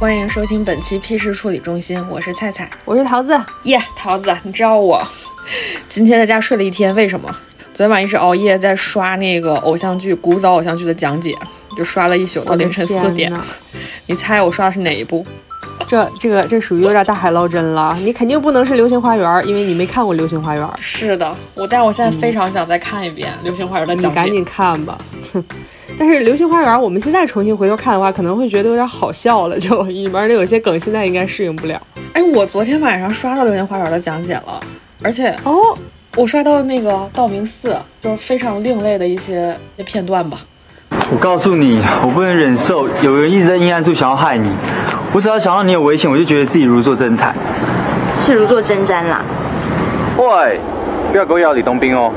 欢迎收听本期 P 市处理中心，我是菜菜，我是桃子。耶、桃子，啊你知道我 今天在家睡了一天，为什么？昨天晚上一直熬夜在刷那个偶像剧，古早偶像剧的讲解，就刷了一宿到凌晨四点我的天。你猜我刷的是哪一部？这这个这属于有点大海捞针了。你肯定不能是《流星花园》，因为你没看过《流星花园》，是的，我，但是我现在非常想再看一遍《流星花园》的嗯你讲赶解。紧看吧。 哼，但是《流星花园》，我们现在重新回头看的话，可能会觉得有点好笑了，就里面的有些梗现在应该适应不了。哎，我昨天晚上刷到《流星花园》的讲解了，而且哦，我刷到那个道明寺，就是非常另类的一些片段吧。我告诉你，我不能忍受有人一直在阴暗处想要害你。我只要想到你有危险，我就觉得自己如坐针毯。是如坐针毡啦。喂，不要给我要李东冰哦！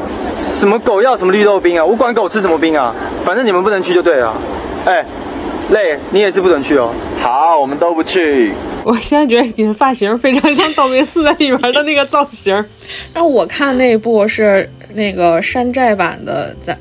什么狗要什么绿豆冰啊？我管狗吃什么冰啊！反正你们不能去就对了。哎，累，你也是不准去哦。好，我们都不去。我现在觉得你的发型非常像道明寺在里面的那个造型。然后我看那部是那个山寨版的，咱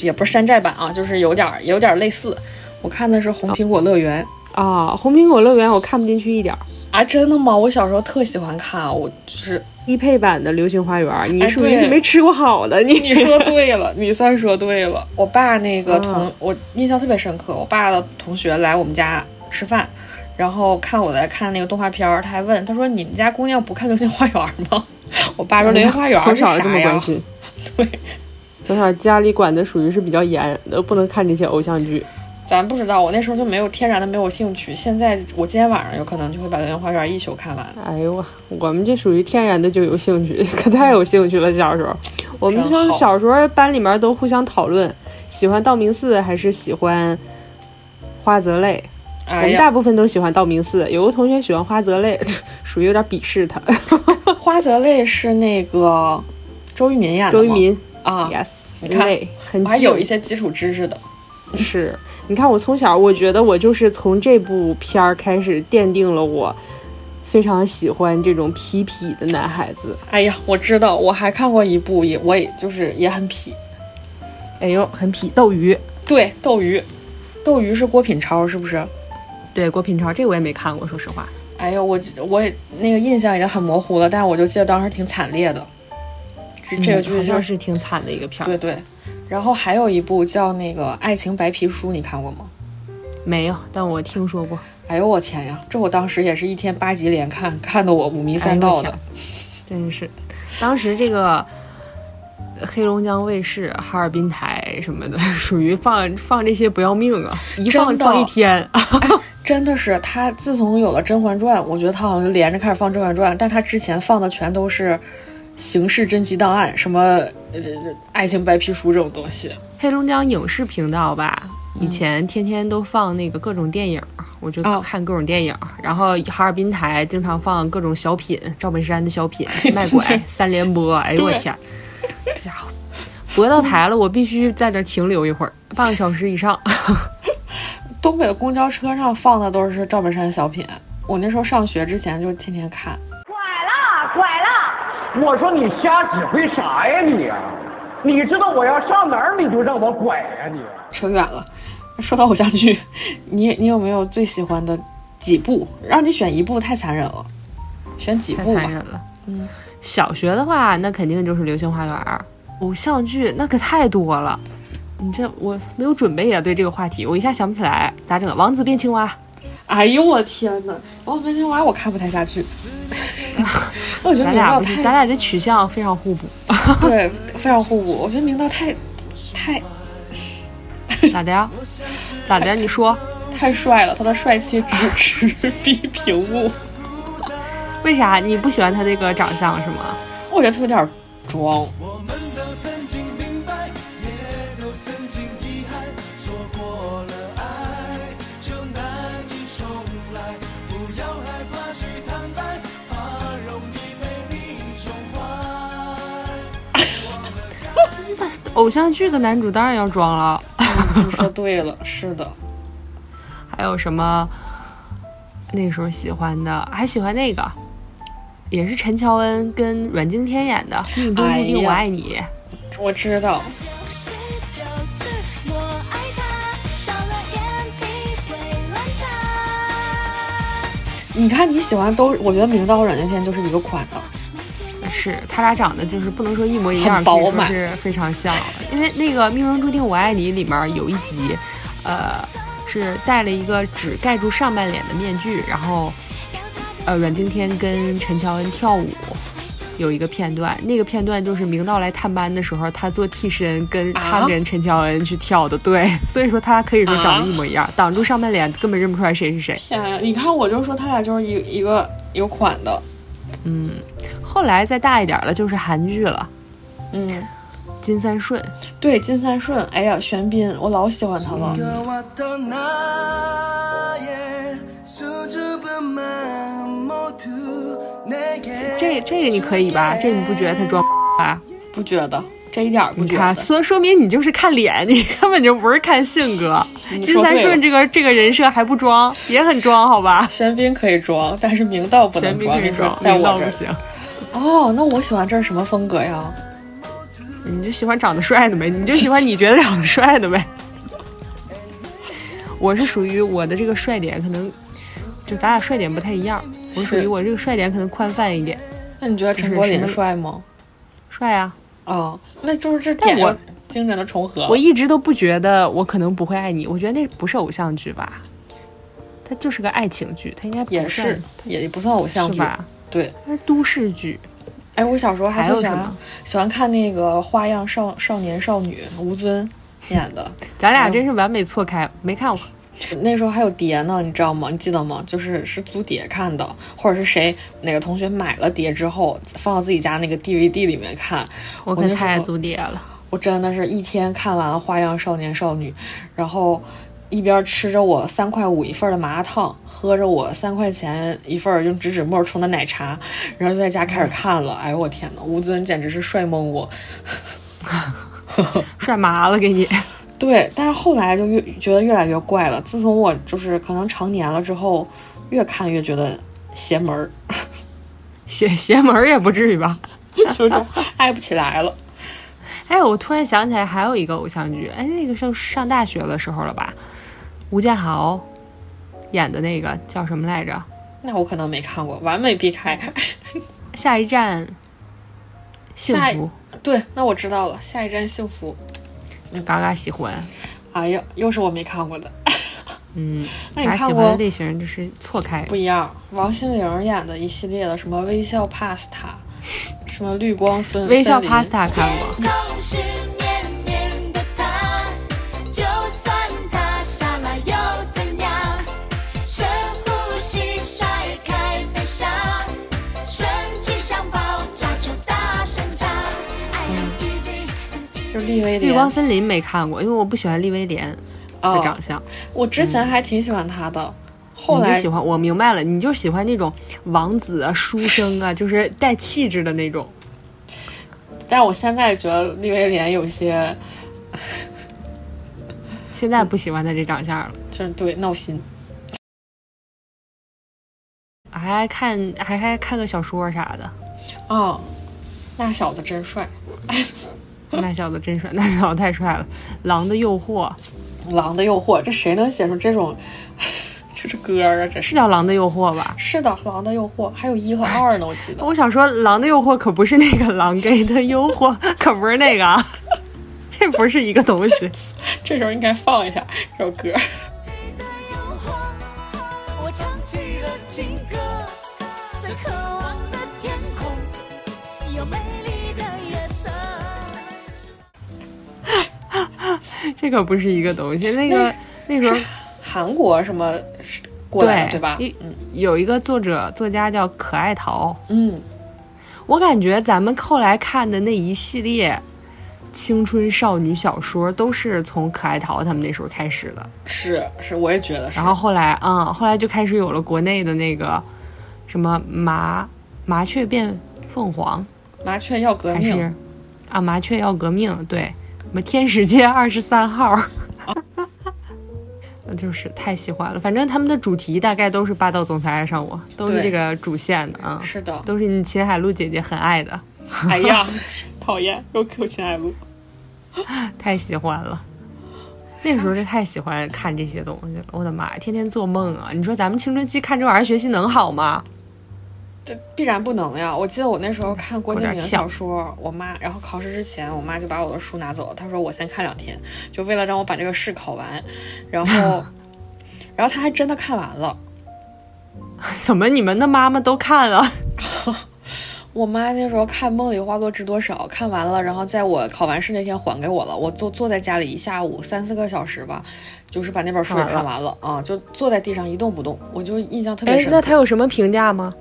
也不是山寨版啊，就是有点儿有点儿类似。我看的是《红苹果乐园》啊，红苹果乐园我看不进去一点儿。啊，真的吗？我小时候特喜欢看，我就是低配版的《流星花园》，你哎属于对是没吃过好的，你你说对了，你算说对了。 我爸那个同、我印象特别深刻，我爸的同学来我们家吃饭，然后看我在看那个动画片儿，他还问他说：“你们家姑娘不看《流星花园》吗？”我爸说：“流星花园哎从是小就这啥么呀关心。？” 对，从小家里管的属于是比较严，呃，不能看这些偶像剧。咱不知道，我那时候就没有天然的没有兴趣。现在我今天晚上有可能就会把《流星花园》一宿看完。哎呦我，我们这属于天然的就有兴趣，可太有兴趣了。小时候，我们真就好小时候班里面都互相讨论，喜欢道明寺还是喜欢花泽类。我哎们呀，大部分都喜欢道明寺，有个同学喜欢花泽类，属于有点鄙视他。花泽类是那个周渝民演的吗周渝民啊，yes，你看类很我还有近一些基础知识的。是，你看我从小，我觉得我就是从这部片儿开始奠定了我非常喜欢这种痞痞的男孩子。哎呀，我知道，我还看过一部，也我也就是也很痞，哎呦，很痞，斗鱼。对，斗鱼，斗鱼是郭品超是不是？对，郭品超这我也没看过，说实话。哎呦，我我也那个印象也很模糊了，但我就记得当时挺惨烈的。这这个剧嗯好就像是挺惨的一个片儿。对对，然后还有一部叫那个《爱情白皮书》，你看过吗？没有，但我听说过。哎呦我天呀，这我当时也是一天八集连看，看得我五迷哎三呦道我的。天，真是，当时这个。黑龙江卫视、哈尔滨台什么的，属于放放这些不要命啊，一放真的放一天。真的是他，自从有了《甄嬛传》，我觉得他好像就连着开始放《甄嬛传》，但他之前放的全都是刑事侦缉档案，什么呃这爱情白皮书这种东西。黑龙江影视频道吧，以前天天都放那个各种电影，我就嗯哦看各种电影。然后哈尔滨台经常放各种小品，赵本山的 小品《卖拐》三连播，哎呦我对天，这家伙播到台了，我必须在这儿停留一会儿，半个小时以上。哦东北的公交车上放的都是赵本山小品，我那时候上学之前就天天看。拐了，拐了！我说你瞎指挥啥呀你呀、你知道我要上哪儿你就让我拐呀、你。啊扯远了，说到偶像剧，你你有没有最喜欢的几部？让你选一部太残忍了，选几太部残吧忍。了。嗯，小学的话，那肯定就是《流星花园》儿，偶像剧那可太多了。你这我没有准备呀、对这个话题我一下想不起来，咋整啊？王子变青蛙，哎呦我天哪！王子变青蛙我看不太下 去，我觉得咱明俩道不是，太咱俩这取向非 常互补，对，非常互补。我觉得明道太太咋的呀？咋的呀？你说太帅了，他的帅气 直直逼屏幕，为啥你不喜欢他这个长相是吗？我觉得他有点装。偶像剧的男主当然要装了，你 说对了，是的，还有什么？那时候喜欢的，还喜欢那个，也是陈乔恩跟阮经天演的《命中注定我哎呀爱你》我知道。十九次，我爱他，少了眼皮会乱颤。你看你喜欢都，我觉得《明道和软件片》就是一个款的。是他俩长得就是不能说一模一样，很饱可以说满是非常像。因为那个《命中注定我爱你》里面有一集，呃，是戴了一个只盖住上半脸的面具，然后呃，阮经天跟陈乔恩跳舞。有一个片段，那个片段就是明道来探班的时候，他做替身跟啊他跟陈乔恩去跳的，对，所以说他俩可以说长啊得一模一样，挡住上半脸根本认不出来谁是谁。天呀、你看我就说他俩就是一一个一个款的。后来再大一点了，就是韩剧了，嗯，金三顺，对，金三顺，哎呀，玄彬，我老喜欢他了。 숨겨왔던 나의 수줍은 마음 모두 내게 这这个你可以吧？这你不觉得他装吧？不觉得，这一点儿不你觉得。看，所以说明你就是看脸， 你根本就不是看性格。你金说三对顺了这个这个人设还不装，也很装，好吧？玄彬可以装，但是明道不全能民装，可以装，在明道我这不儿。行。哦，那我喜欢这是什么风格呀？你就喜欢长得帅的呗，你就喜欢你觉得长得帅的呗。 我是属于我的这个帅点可能，就咱俩帅点不太一样。我属于是我这个帅点可能宽泛一点，那你觉得陈柏就是什么霖帅吗？帅啊！哦，那就是这但点我要精准的重合。我一直都不觉得我可能不会爱你，我觉得那不是偶像剧吧，它就是个爱情剧，它应该不也算是，也不算偶像是剧。吧？对，它是都市剧，哎，我小时候还特有喜什欢么？喜欢看那个《花样少少年少女》，吴尊演的。 咱俩真是完美错开，没看过。那时候还有碟呢，你知道吗？你记得吗？就是是租碟看的，或者是谁哪个同学买了碟之后放到自己家那个 DVD 里面看。我我可那时太爱候租碟了，我真的是一天看完了《花样少年少女》，然后一边吃着我三块五一份儿的麻辣烫，喝着我三块钱一份儿用植脂末冲的奶茶，然后就在家开始看了。哎呦我天呐，吴尊简直是帅懵我。帅麻了给你。对，但是后来就越觉得越来越怪了。自从我就是可能成年了之后，越看越觉得邪门儿，邪邪门儿也不至于吧？就是这种爱不起来了。哎，我突然想起来还有一个偶像剧，哎，那个时候上大学的时候了吧？吴建豪演的那个叫什么来着？那我可能没看过，完美避开。 下一站幸下一福，对，那我知道了，下一站幸福。嘎嘎喜欢。哎呀，又是我没看过的。嗯， 那你嘎看喜过欢的类型就是错开不。一样，王心凌演的一系列的什么微笑 Pasta，什么绿光森微笑森林 Pasta 看过，天空是绵绵的它，就算它傻了又怎样？深呼吸，甩开悲伤，生气想爆炸就大声唱。I am easy，很 easy 就是利威廉。绿光森林没看过，因为我不喜欢利威廉的哦长相。嗯我之前还挺喜欢他的，后你来就喜欢，我明白了，你就喜欢那种王子啊、书生啊，就是带气质的那种。但是我现在觉得利威廉有些现在不喜欢他这长相了，就是对闹心。还爱看还还看个小说啥的。啊、那小子真帅，那小子真帅， 那小子太帅了，《狼的诱惑》 《狼的诱惑》这谁能写出这种 这是歌儿啊？这是是叫《狼的诱惑》吧？是的，《狼的诱惑》还有一和二呢，我记 得。我想说，《狼的诱惑》可不是那个狼给的诱惑，可不是那个，啊，这不是一个东西。这时候应该放一下这首歌。诱惑，我唱起了情歌，在渴望的天空，有美丽的夜色。这可不是一个东西。那个那时候韩国什么过来的对吧？一嗯有一个作者作家叫可爱桃，嗯。我感觉咱们后来看的那一系列青春少女小说，都是从可爱桃他们那时候开始的。是是，我也觉得是。然后后来，嗯，后来就开始有了国内的那个什么麻麻雀变凤凰，麻雀要革还命是啊麻雀要革命，对，什么天使街二十三号， 就是太喜欢了。反正他们的主题大概都是霸道总裁爱上我，都是对这个主线的啊，是的。都是你秦海璐姐姐很爱的， 哎 呀，讨厌，又 Q 秦海璐。太喜欢了。那时候是太喜欢看这些东西了，我的妈呀，天天做梦啊！你说咱们青春期看这玩意儿学习能好吗？这必然不能呀！我记得我那时候看郭敬明的有点小说，我妈，然后考试之前，我妈就把我的书拿走了，她说我先看两天，就为了让我把这个试考完。然 后，然后她还真的看完了。怎么你们的妈妈都看啊？我妈那时候看《梦里花落知多少》，看完了，然后在我考完试那天还给我了。我坐坐在家里一下午三四个小时吧，就是把那本书给看完了啊、就坐在地上一动不动，我就印象特别 哎，深刻。那她有什么评价吗？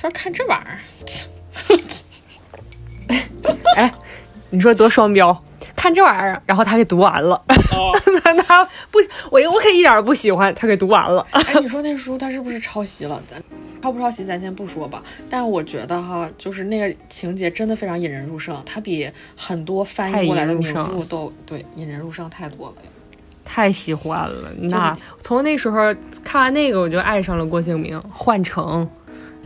她说看这玩意 儿，哎，你说多双标，看这玩意儿，然后她给读完了。 那她不，我我可一点儿不喜欢，她给读完了。哎，你说那书它是不是抄袭了？咱抄不抄袭咱先不说吧，但我觉得哈，就是那个情节真的非常引人入胜，它比很多翻太译引过来的人入名胜著都对引人入胜太多了。太喜欢了。那从那时候看完那个，我就爱上了郭敬明、幻城，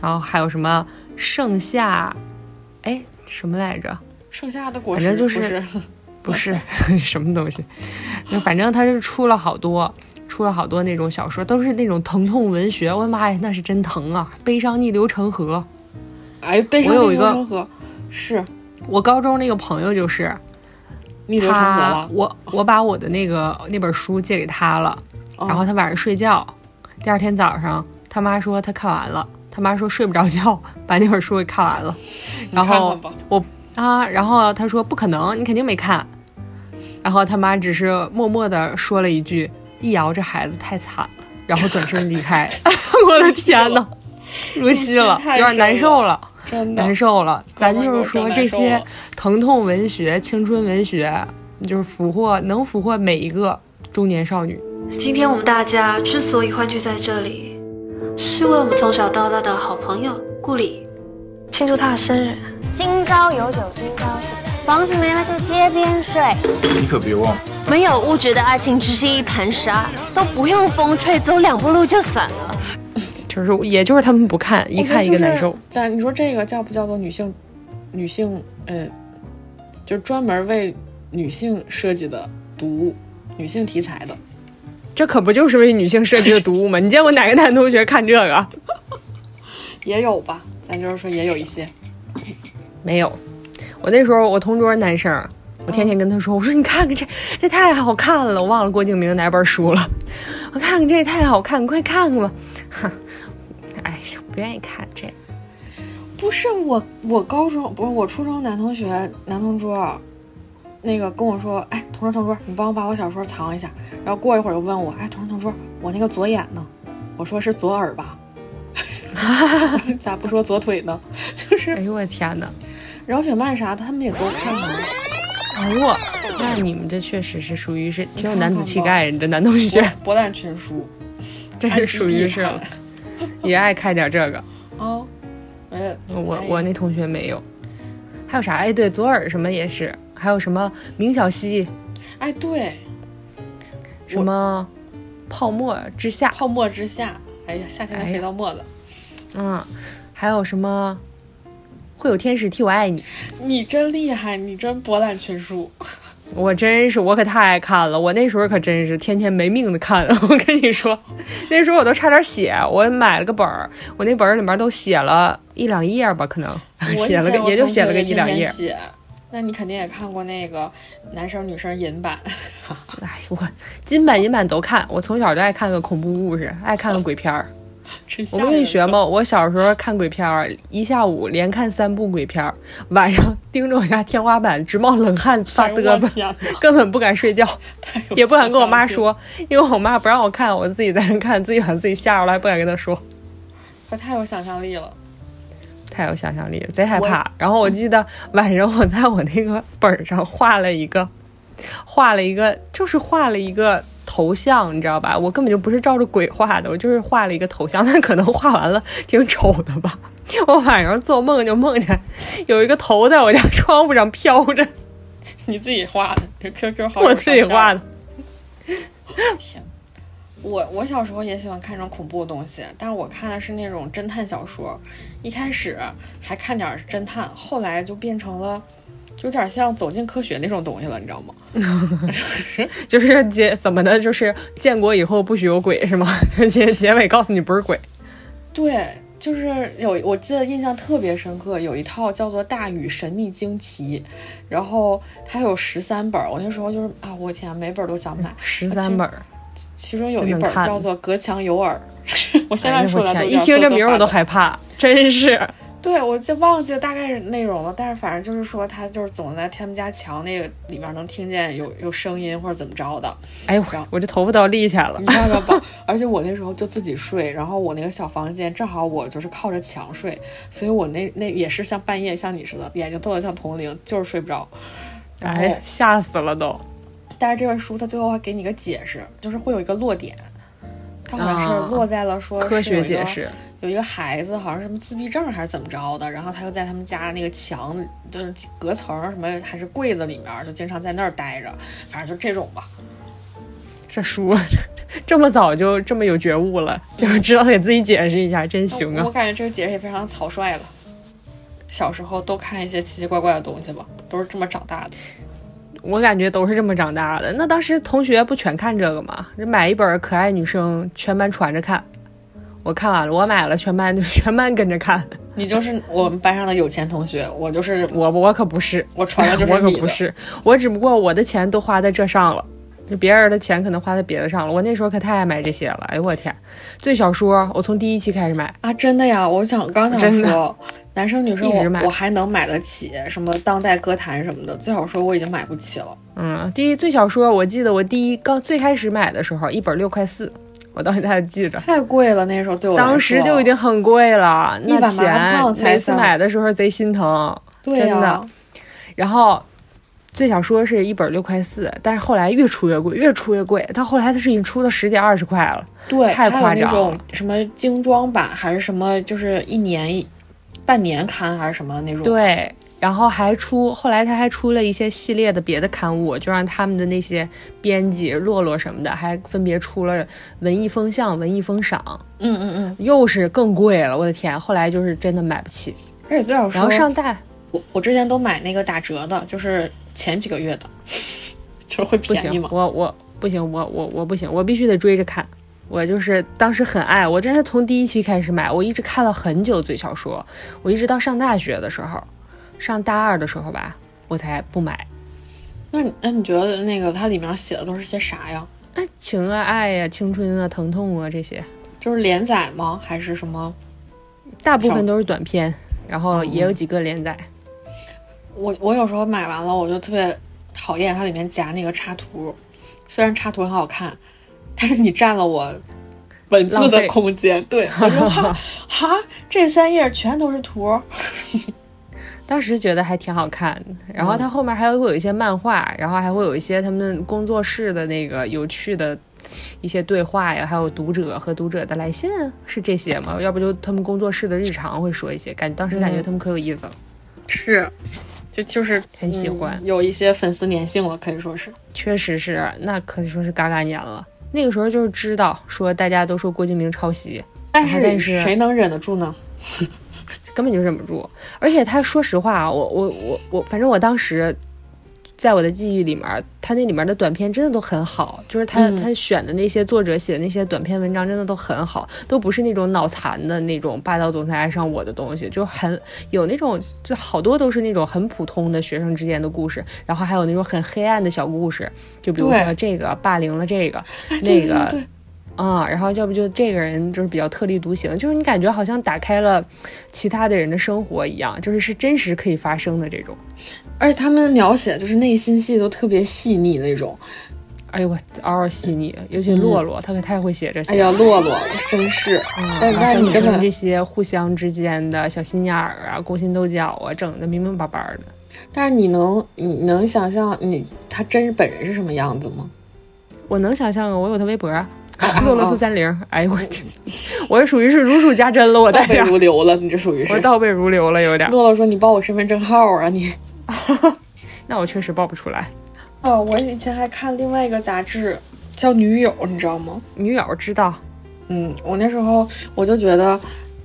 然后还有什么盛夏，哎，什么来着？盛夏的果反实正就是不是 不是 什么东西，就反正他是出了好多，出了好多那种小说，都是那种疼痛文学。我的妈呀，那是真疼啊！悲伤逆流成河。哎，悲伤我有逆一流个成河是我高中那个朋友就是逆流成河他了，。我我把我的那个那本书借给他了，哦然后他晚上睡觉，第二天早上他妈说他看完了，他妈说睡不着觉，把那本书给看完了，然后看看吧我啊，然后他说不可能，你肯定没看，然后他妈只是默默的说了一句：“易遥这孩子太惨了。”然后转身离开，我的天呐，入戏了，有点难受了。真的难受了。咱哥就是我说，真这难受些了疼痛文学、青春文学，就是俘获能俘获每一个中年少女。今天我们大家之所以欢聚在这里，是为我们从小到大的好朋友顾里庆祝他的生日。今朝有酒今朝醉，房子没了就街边睡。没有物质的爱情只是一盘沙，都不用风吹，走两步路就散了。就是，也就是他们不看，一看一个难受。。咱你说这个叫不叫做女性，女性呃，就专门为女性设计的读物，女性题材的。这可不就是为女性设计的读物吗？你见过哪个男同学看这个？也有吧，咱就是说也有一些。 没有。我那时候我同桌男生，我天天跟他说，我说你看看这这太好看了，我忘了郭敬明哪本书了，我看看这也太好看，你快看看吧。 哼，哎呀，不愿意看这个。不是我，我高中不是我初中男同学男同桌，那个跟我说，哎，同桌同桌，你帮我把我小说藏一下。然后过一会儿就问我，哎，同桌同桌，我那个左眼呢？我说是左耳 吧， 咋不说左腿呢？ 就是哎呦我的天哪！饶雪漫啥的，他们也都看 过。哎呦，那你们这确实是属于是挺有男子气概，你这男同学博博览群 书，真是属于是安吉也爱看点这个。哦，哎，我哎我那同学没有，还有啥？哎，对，左耳什么也是，还有什么明晓溪，哎对，什么泡沫之夏，泡沫之夏，哎呀，夏天的哎呀肥皂沫子，嗯，还有什么会有天使替我爱你。你真厉害，你真博览群 书。我真是，我可太爱看了。我那时候可真是天天没命的看。 我跟你说，那时候我都差点写，我买了个本儿，我那本儿里面都写了一两页吧，可能我 写了个以前我也就写了个同学一两天页天。写。那你肯定也看过那个男生女生银 版，哎，我金版银版都看，我从小就爱看个恐怖故事，爱看个鬼片儿。真吓我人跟你学嘛，我小时候看鬼片儿，一下午连看三部鬼片儿，晚上盯着我家天花板直冒冷汗发哎呦嘚我瑟天哪，根本不敢睡觉。太有也不敢跟我想象妈力了说，因为我妈不让我看，我自己在那看，自己把自己吓着了，还不敢跟她说，我太有想象力了。 太有想象力了，贼害怕。然后我记得晚上我在我那个本儿上画了一个，画了一个，就是画了一个头像，你知道吧？我根本就不是照着鬼画的，我就是画了一个头像， 但可能画完了挺丑的吧。我晚上做梦就梦见有一个头在我家 窗户上飘着，你自己画的，这 QQ 好友我自己上架画的。。我我小时候也喜欢看这种恐怖的东西，但是我看的是那种侦探小说，一开始还看点儿侦探，后来就变成了就有点像走进科学那种东西了，你知道吗？ 就是结怎么的，就是建国以后不许有鬼是吗？ 结结尾告诉你不是鬼，对，就是有我记得印象特别深刻，有一套叫做《大禹神秘惊奇》，然后它有十三本儿，我那时候就是啊，我天啊，每本儿都想买，嗯十三本儿。其中有一真能本看叫做《隔墙有耳》， 我现哎在呦说我来都天，有点一听这瑟瑟名儿发我都抖害 怕，真是。对，我就忘记了大概是内容了，但是反正就是说他就是总在他们家墙那个里面能听见有有声音或者怎么着的，哎呦然后，我这头发都要立起来了你。知道吧？ 而且我那时候就自己睡，然后我那个小房间正好我就是靠着墙睡，所以我那那也是像半夜像你似的，眼睛瞪得像铜铃，就是睡不着。然后，哎，吓死了都！但是这本书它最后还给你个解释，就是会有一个落点，它好像啊是落在了说科是有学一个解释，有一个孩子好像是什么自闭症还是怎么着的，然后他又在他们家那个墙就是隔层什么还是柜子里面，就经常在那儿待着，反正就这种吧。这书 这么早就这么有觉悟了，就知道给自己解释一下，真行我啊我！感觉这个解释也非常草率了。小时候都看一些奇奇怪怪的东西吧，都是这么长大的。我感觉都是这么长大的。那当时同学不全看这个吗？这买一本《可爱女生》，全班传着看。我看完了，我买了，全班 全班跟着看。你就是我们班上的有钱同学，我就是我我可不是，我传的就我是可你不的。是，我只不过我的钱都花在这上了，就别人的钱可能花在别的上了。我那时候可太爱买这些了，哎呦我天！最小说我从第一期开始买，啊，真的呀！我想刚想真的说，男生女生一直我买我还能买得起，什么当代歌坛什么的，最好说我已经买不起了。嗯，第一最小说我记得我第一刚最开始买的时候，一本六块四，我到现在还记着。太贵了，那时候对我来当时说就已经很贵了，一那碗麻辣烫钱才每次三买的时候贼心疼。对真呀、的然后最小说是一本六块四，但是后来越出越贵，越出越贵。它后来它是已经出到十几二十块了，对，太夸还有那张种了。什么精装版还是什么，就是一年一半年刊还是什么那种。，对，然后还出后来他还出了一些系列的别的刊物，就让他们的那些编辑洛洛什么的，还分别出了文艺风向、文艺风赏，嗯嗯嗯。又是更贵了，我的天！后来就是真的买不起，而且最好说，然后上大我我之前都买那个打折的，就是前几个月的， 就是会不便宜行嘛，。我我不行，我我我不行，我必须得追着看。我就是当时很爱，我真是从第一期开始买，我一直看了很久最小说，我一直到上大学的时候，上大二的时候吧，我才不买。那你那你觉得那个它里面写的都是些啥呀？哎，情啊、爱呀、青春啊、疼痛啊这些，就是连载吗？还是什么？大部分少都是短篇，然后也有几个连载。我我有时候买完了，我就特别讨厌它里面夹那个插图，虽然插图很好看，但是你占了我文字浪的费空间。对，我就哈哈，这三页全都是图，当时觉得还挺好看的，然后它后面还会有一些漫画，然后还会有一些他们工作室的那个有趣的一些对话呀，还有读者和读者的来信啊，是这些吗？要不就他们工作室的日常会说一些，感当时感觉他们可有意思了，是，就就是很喜欢嗯有一些粉丝粘性了，可以说是。确实是，那可以说是嘎嘎年了。那个时候就是知道说大家都说郭敬明抄袭，但然后啊但是谁能忍得住呢？根本就忍不住。而且他说实话啊，我我我我，反正我当时在我的记忆里面，他那里面的短片真的都很好，就是他、嗯他选的那些作者写的那些短篇文章真的都很好，都不是那种脑残的那种霸道总裁爱上我的东西，就很有那种就好多都是那种很普通的学生之间的故事，然后还有那种很黑暗的小故事，就比如对说这个霸凌了这个， 对那个对对啊、然后要不就这个人就是比较特立独行，就是你感觉好像打开了其他的人的生活一样，就是是真实可以发生的这种。而且他们的描写就是内心戏都特别细腻那种。哎呦我嗷嗷细腻，尤其洛洛，他可太会写这些。嗯哎呀，洛洛真是，嗯，但然后但像你女根生这本，些互相之间的小心眼儿啊、勾心斗角啊，整的明明白白的。但是你能你能想象你他真是本人是什么样子吗？我能想象啊，我有他微博啊，啊洛洛啊四三零。哎呦我去，我这属于是如数家珍了，我倒在背这儿，如流了，你这属于我是。倒背如流了，有点儿。哦洛洛说：“你报我身份证号啊你！”那我确实报不出来。哦，我以前还看另外一个杂志叫《女友》，你知道吗？女友知道，嗯，我那时候我就觉得，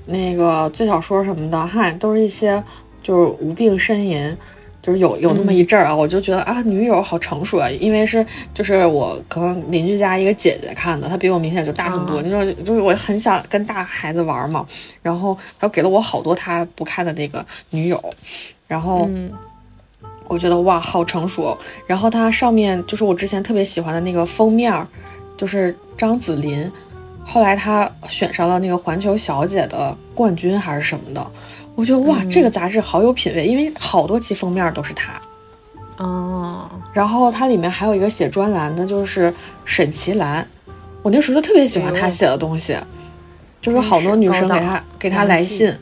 那个最小说什么的，嗨，都是一些就是无病呻吟，就是有有那么一阵儿啊，我就觉得啊，女友好成熟啊，因为是就是我可能邻居家一个姐姐看的，她比我明显就大很多。你说就是我很想跟大孩子玩嘛，然后她给了我好多她不看的那个女友，然后。嗯我觉得哇，好成熟哦。然后它上面就是我之前特别喜欢的那个封面儿，就是张子琳。后来她选上了那个环球小姐的冠军还是什么的，我觉得哇，这个杂志好有品位，因为好多期封面儿都是她。哦，然后它里面还有一个写专栏的，就是沈其兰，我那时候就特别哎喜欢她写的东西，就是好多女生给她给她来信，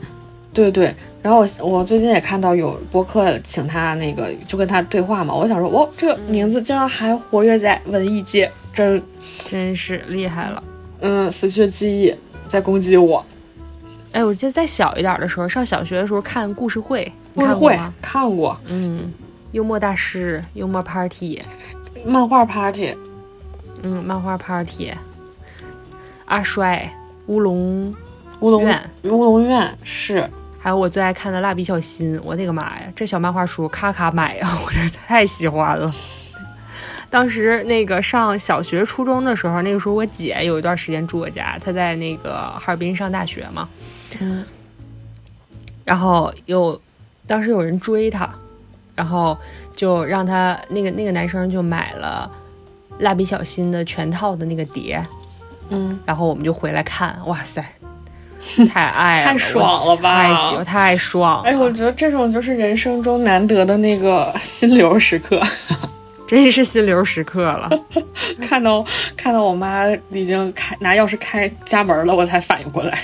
对对。然后我我最近也看到有播客请她那个就跟她对话嘛，我想说，哦，这个名字竟然还活跃在文艺界，真真是厉害了。嗯死去的记忆在攻击我。哎，我记得再小一点的时候，上小学的时候看故事会，故你事看过会吗看过嗯，幽默大师、幽默 party，漫画 party，嗯，漫画 party，阿衰、乌龙，乌龙院乌龙院是还有我最爱看的蜡笔小新。我的个妈呀，这小漫画书咔咔买呀， 我这太喜欢了。当时那个上小学、初中的时候，那个时候我姐有一段时间住我家，她在那个哈尔滨上大学嘛，嗯然后有当时有人追她，然后就让她那个那个男生就买了蜡笔小新的全套的那个碟，嗯，然后我们就回来看，哇 塞，太爱了，太爽了吧我太喜欢，太爽了，哎，我觉得这种就是人生中难得的那个心流时刻。真是心流时刻了。看到看到我妈已经开拿钥匙开家门了，我才反应过来。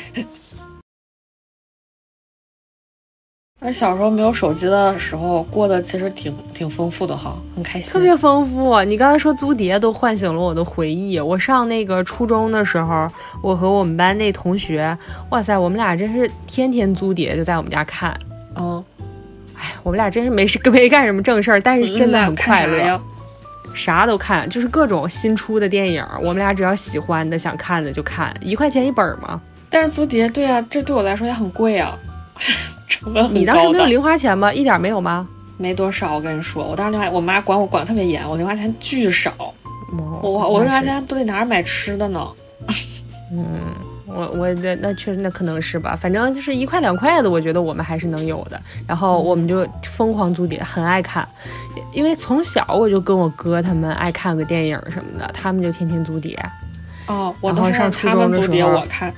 但是小时候没有手机的时候，过得其实挺挺丰富的哈，很开心。特别丰富。啊你刚才说租碟都唤醒了我的回忆。我上那个初中的时候，我和我们班那同学，哇塞，我们俩真是天天租碟就在我们家看。嗯，我们俩真是没事 没干什么正事儿，但是真的很嗯快看啥乐呀，。啥都看，就是各种新出的电影，我们俩只要喜欢的、想看的就看，一块钱一本儿嘛。但是租碟，对啊，这对我来说也很贵啊， 成本很你当时高没有的。零花钱吗？一点儿没有吗？没多少，我跟你说，我当时零花，我妈管我管得特别严，我零花钱巨少，哦我我零花钱都得拿着买吃的呢。我我那那确实那可能是吧，反正就是一块两块的，我觉得我们还是能有的。然后我们就疯狂租碟，很爱看，因为从小我就跟我哥他们爱看个电影什么的，他们就天天租碟。哦，我然都后是让上初他们中的租时碟，候我看。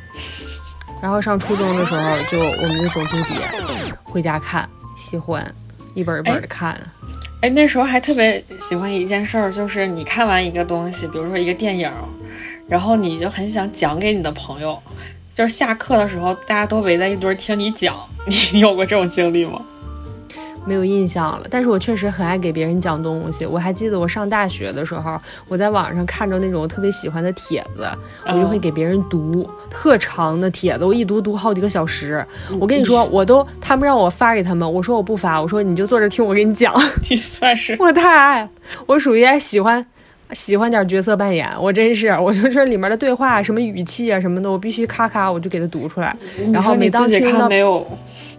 然后上初中的时候就我们就总租碟，回家看，喜欢一本一本的看。哎，那时候还特别喜欢一件事儿，就是你看完一个东西，比如说一个电影儿，然后你就很想讲给你的朋友，就是下课的时候大家都围在一堆儿听你讲，你你有过这种经历吗？ 没有印象了，但是我确实很爱给别人讲东西。我还记得我上大学的时候，我在网上看着那种我特别喜欢的帖子，我就嗯会给别人读特长的帖子，我一读读好几个小时。嗯我跟你说，我都他们让我发给他们，我说我不发，我说你就坐这儿听我给你 讲。你算是我太爱了，我属于喜欢喜欢点角色扮演，我真是，我就这里面的对话什么语气啊什么的，我必须咔咔我就给它读出来。然后每你说当你自己听看到没有，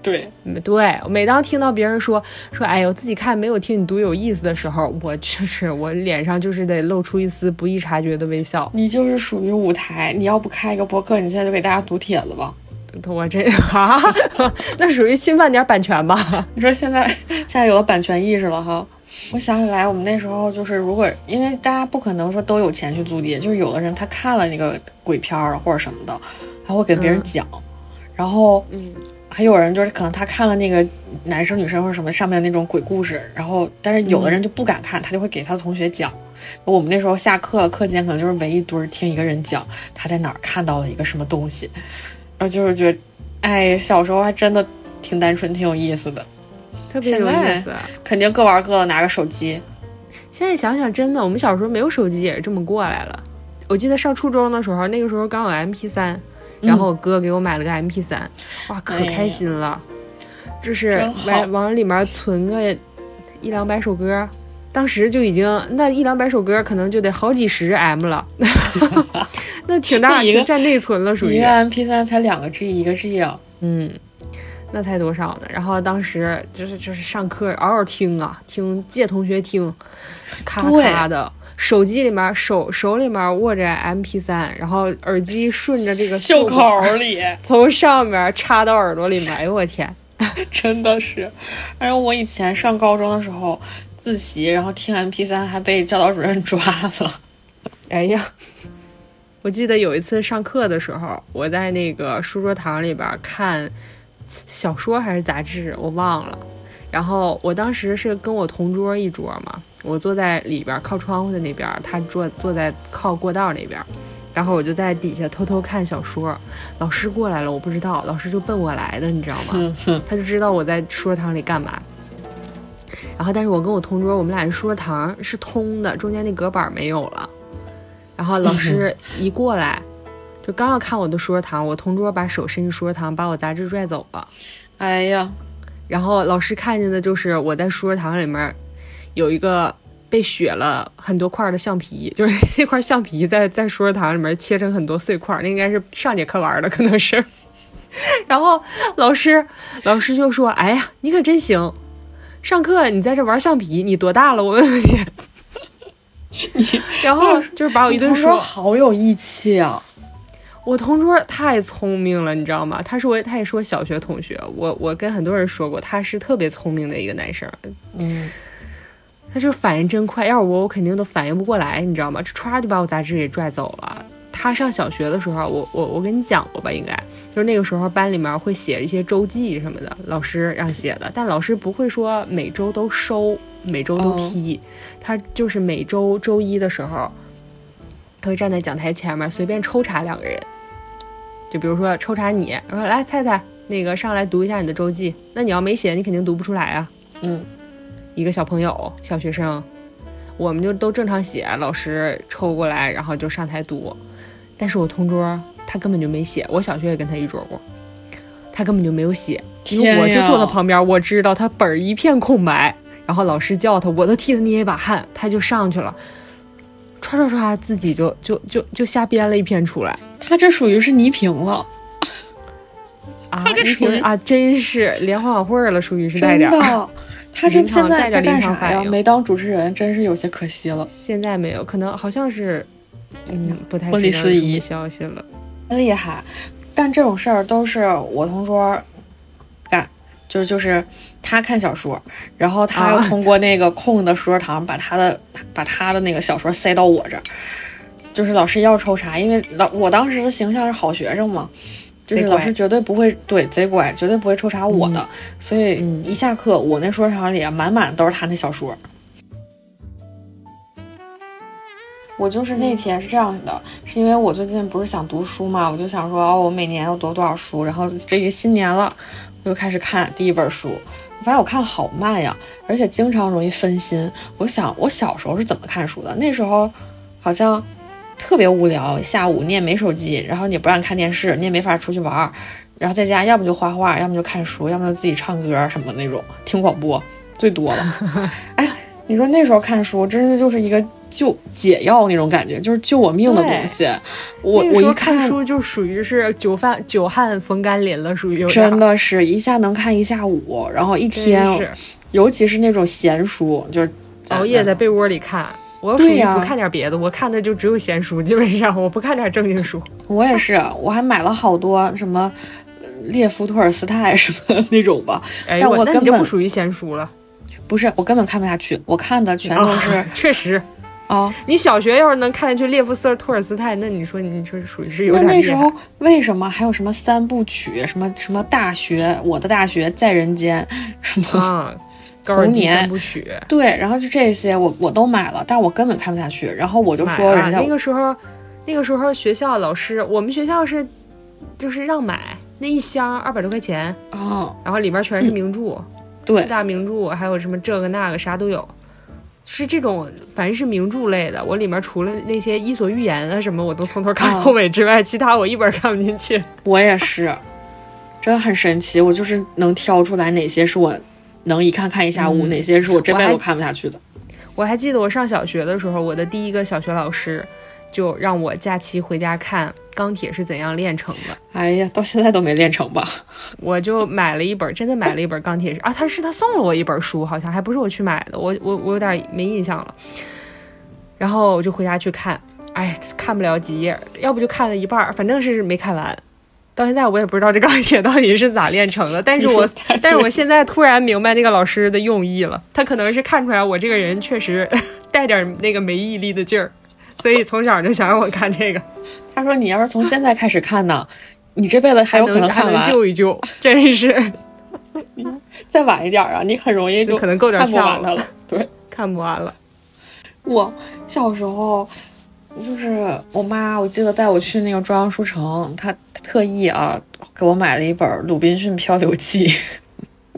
对，嗯对，每当听到别人说说“哎呦，自己看没有听你读有意思”的时候，我就是我脸上就是得露出一丝不易察觉的微笑。你就是属于舞台，你要不开一个博客，你现在就给大家读帖子吧。我这 啊，那属于侵犯点版权吧？你说现在现在有了版权意识了哈。我想起来，我们那时候就是，如果因为大家不可能说都有钱去租碟，就是有的人他看了那个鬼片儿或者什么的，还会给别人讲，然后嗯，还有人就是可能他看了那个男生女生或者什么上面那种鬼故事，然后但是有的人就不敢看，他就会给他同学讲。我们那时候下课课间可能就是围一堆儿听一个人讲他在哪儿看到了一个什么东西，然后就是觉得，哎，小时候还真的挺单纯，挺有意思的。特别有意思。啊肯定各玩各的，拿个手机。现在想想，真的，我们小时候没有手机也是这么过来了。我记得上初中的时候，那个时候刚有 MP 三，嗯然后我哥给我买了个 MP 三，哇，可开心了，就是真好往往里面存个一两百首歌，当时就已经那一两百首歌可能就得好几十 M 了， 那挺大， 那一个挺占内存了，属一于个 MP 三才两个 G，一个 G 啊。嗯。那才多少呢？然后当时就是就是上课嗷嗷听啊，听借同学听，就咔咔咔的。手机里面手手里面握着 MP 三，然后耳机顺着这个袖口口里， 从上面插到耳朵里面，哎呦我天！真的是。哎呦，我以前上高中的时候自习，然后听 MP 三，还被教导主任抓了。 哎呀， 我记得有一次上课的时候，我在那个书桌堂里边看小说还是杂志，我忘了。然后我当时是跟我同桌一桌嘛，我坐在里边靠窗户的那边，他坐坐在靠过道那边。然后我就在底下偷偷看小说，老师过来了，我不知道，老师就奔我来的，你知道吗？他就知道我在书桌堂里干嘛。然后，但是我跟我同桌，我们俩人书桌堂是通的，中间那隔板没有了。然后老师一过来，就刚要看我的书桌堂，我同桌把手伸进书桌堂，把我杂志拽走了。哎呀，然后老师看见的就是我在书桌堂里面有一个被削了很多块儿的橡皮，就是那块橡皮在在书桌堂里面切成很多碎块儿，那应该是上节课玩儿的，可能是。 然后老师老师就说：“哎呀，你可真行，上课你在这玩橡皮，你多大了？我问问你。” 然后就是把我一顿你同桌说，好有义气啊！我同桌太聪明了，你知道吗？他是我，他也是我小学同学。我我跟很多人说过，他是特别聪明的一个男生。嗯，他这反应真快，要是我，我肯定都反应不过来，你知道吗？这歘就把我杂志给拽走了。他上小学的时候，我我我跟你讲过吧，应该就是那个时候班里面会写一些周记什么的，老师让写的，但老师不会说每周都收，每周都批，他就是每周周一的时候，他会站在讲台前面随便抽查两个人，就比如说抽查你，然后来菜菜那个上来读一下你的周记，那你要没写，你肯定读不出来啊。嗯，一个小朋友，小学生，我们就都正常写，老师抽过来，然后就上台读。但是我同桌他根本就没写，我小学也跟他一桌过，他根本就没有写，因为天我就呀坐在旁边，我知道他本儿一片空白。然后老师叫他，我都替他捏一把汗，他就上去了，唰唰唰，自己就就就就瞎编了一篇出来。他这属于是倪萍了，啊，这你属平于啊，真是联欢晚会儿了，属于是真带点儿。的。他这临场现在在带点干临场啥呀？反应没当主持人，真是有些可惜了。现在没有，可能好像是，嗯，不太婚知礼道司有什仪么消息了。厉害，但这种事儿都是我同桌干，就就是他看小说，然后他啊通过那个空的书桌堂把他的、把他的那个小说塞到我这儿，就是老师要抽查，因为老我当时的形象是好学生嘛。就是贼老乖师绝对不会对贼乖，绝对不会抽查我的，所以嗯一下课我那书桌堂里啊满满都是他那小说。我就是那天是这样的，是因为我最近不是想读书嘛，我就想说哦，我每年要读多少书，然后这个新年了，我就开始看第一本书。我发现我看好慢呀，而且经常容易分心。我想我小时候是怎么看书的？那时候好像特别无聊，下午你也没手机，然后你也不让看电视，你也没法出去玩儿，然后在家要么就画画，要么就看书，要么就自己唱歌什么那种，听广播最多了。 哎你说那时候看书，真是就是一个救解药那种感觉，就是救我命的东西。我那个我时候一看书就属于是久饭久旱逢甘霖了，属于有点儿真的是一下能看一下午，然后一真天，是尤其是那种闲书，就是熬夜在被窝里看。我属对于呀不看点别的，我看的就只有闲书，基本上我不看点正经书。我也是，我还买了好多什么呃列夫·托尔斯泰什么那种吧，哎但呦，我那根你就本不属于闲书了。不是我根本看不下去，我看的全都是啊确实，啊。你小学要是能看下去列夫斯托尔斯泰，那你说你就是属于是 有那点那厉时害。候为什么还有什么三部曲，什么什么大学，我的大学在人间，什么啊，高尔童基年三部曲。对，然后就这些我我都买了，但我根本看不下去。然后我就买说了人家、那个时候，那个时候学校老师，我们学校是就是让买那一箱二百多块钱，哦，然后里边全是名著，四对，大名著，还有什么这个那个啥都有。是这种，凡是名著类的，我里面除了那些《伊索寓言》啊什么，我都从头哦看到尾之外，其他我一本看不进去。我也是， 真的很神奇。我就是能挑出来哪些是我能一看看一下午，哪些是我这嗯我辈子还都看不下去的。我还记得我上小学的时候，我的第一个小学老师，就让我假期回家看《钢铁是怎样炼成的》。哎呀，到现在都没练成吧？我就买了一本，真的买了一本《钢铁是啊，他是他送了我一本书，好像还不是我去买的，我我我有点没印象了。然后我就回家去看，哎，看不了几页，要不就看了一半儿，反正是没看完。到现在我也不知道这钢铁到底是咋炼成的，但是 我是太对但是我现在突然明白那个老师的用意了，他可能是看出来我这个人确实带点儿那个没毅力的劲儿，所以从小就想让我看这个。他说你要是从现在开始看呢，你这辈子还还有哎可能还看能完，救一救，真是再晚一点啊，你很容易就可能够点看不完呛它了。 对，看不完了。我小时候就是我妈，我记得带我去那个中央书城，她特意啊给我买了一本《鲁滨逊漂流记》。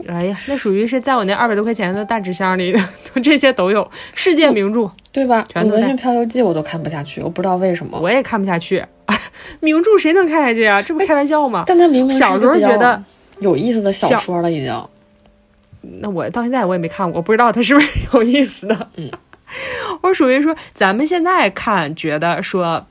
哎呀，那属于是在我那二百多块钱的大纸箱里的， 这些都有。世界名著对吧？全鲁都滨带逊漂流记我都看不下去，我不知道为什么。我也看不下去， 名著谁能看下去啊？这不开玩笑 吗？但它明明是小时候一个比较觉得有意思的小小说了，已经。那我到现在我也没看过，我不知道它是不是有意思的。嗯， 我属于说咱们现在看，觉得说，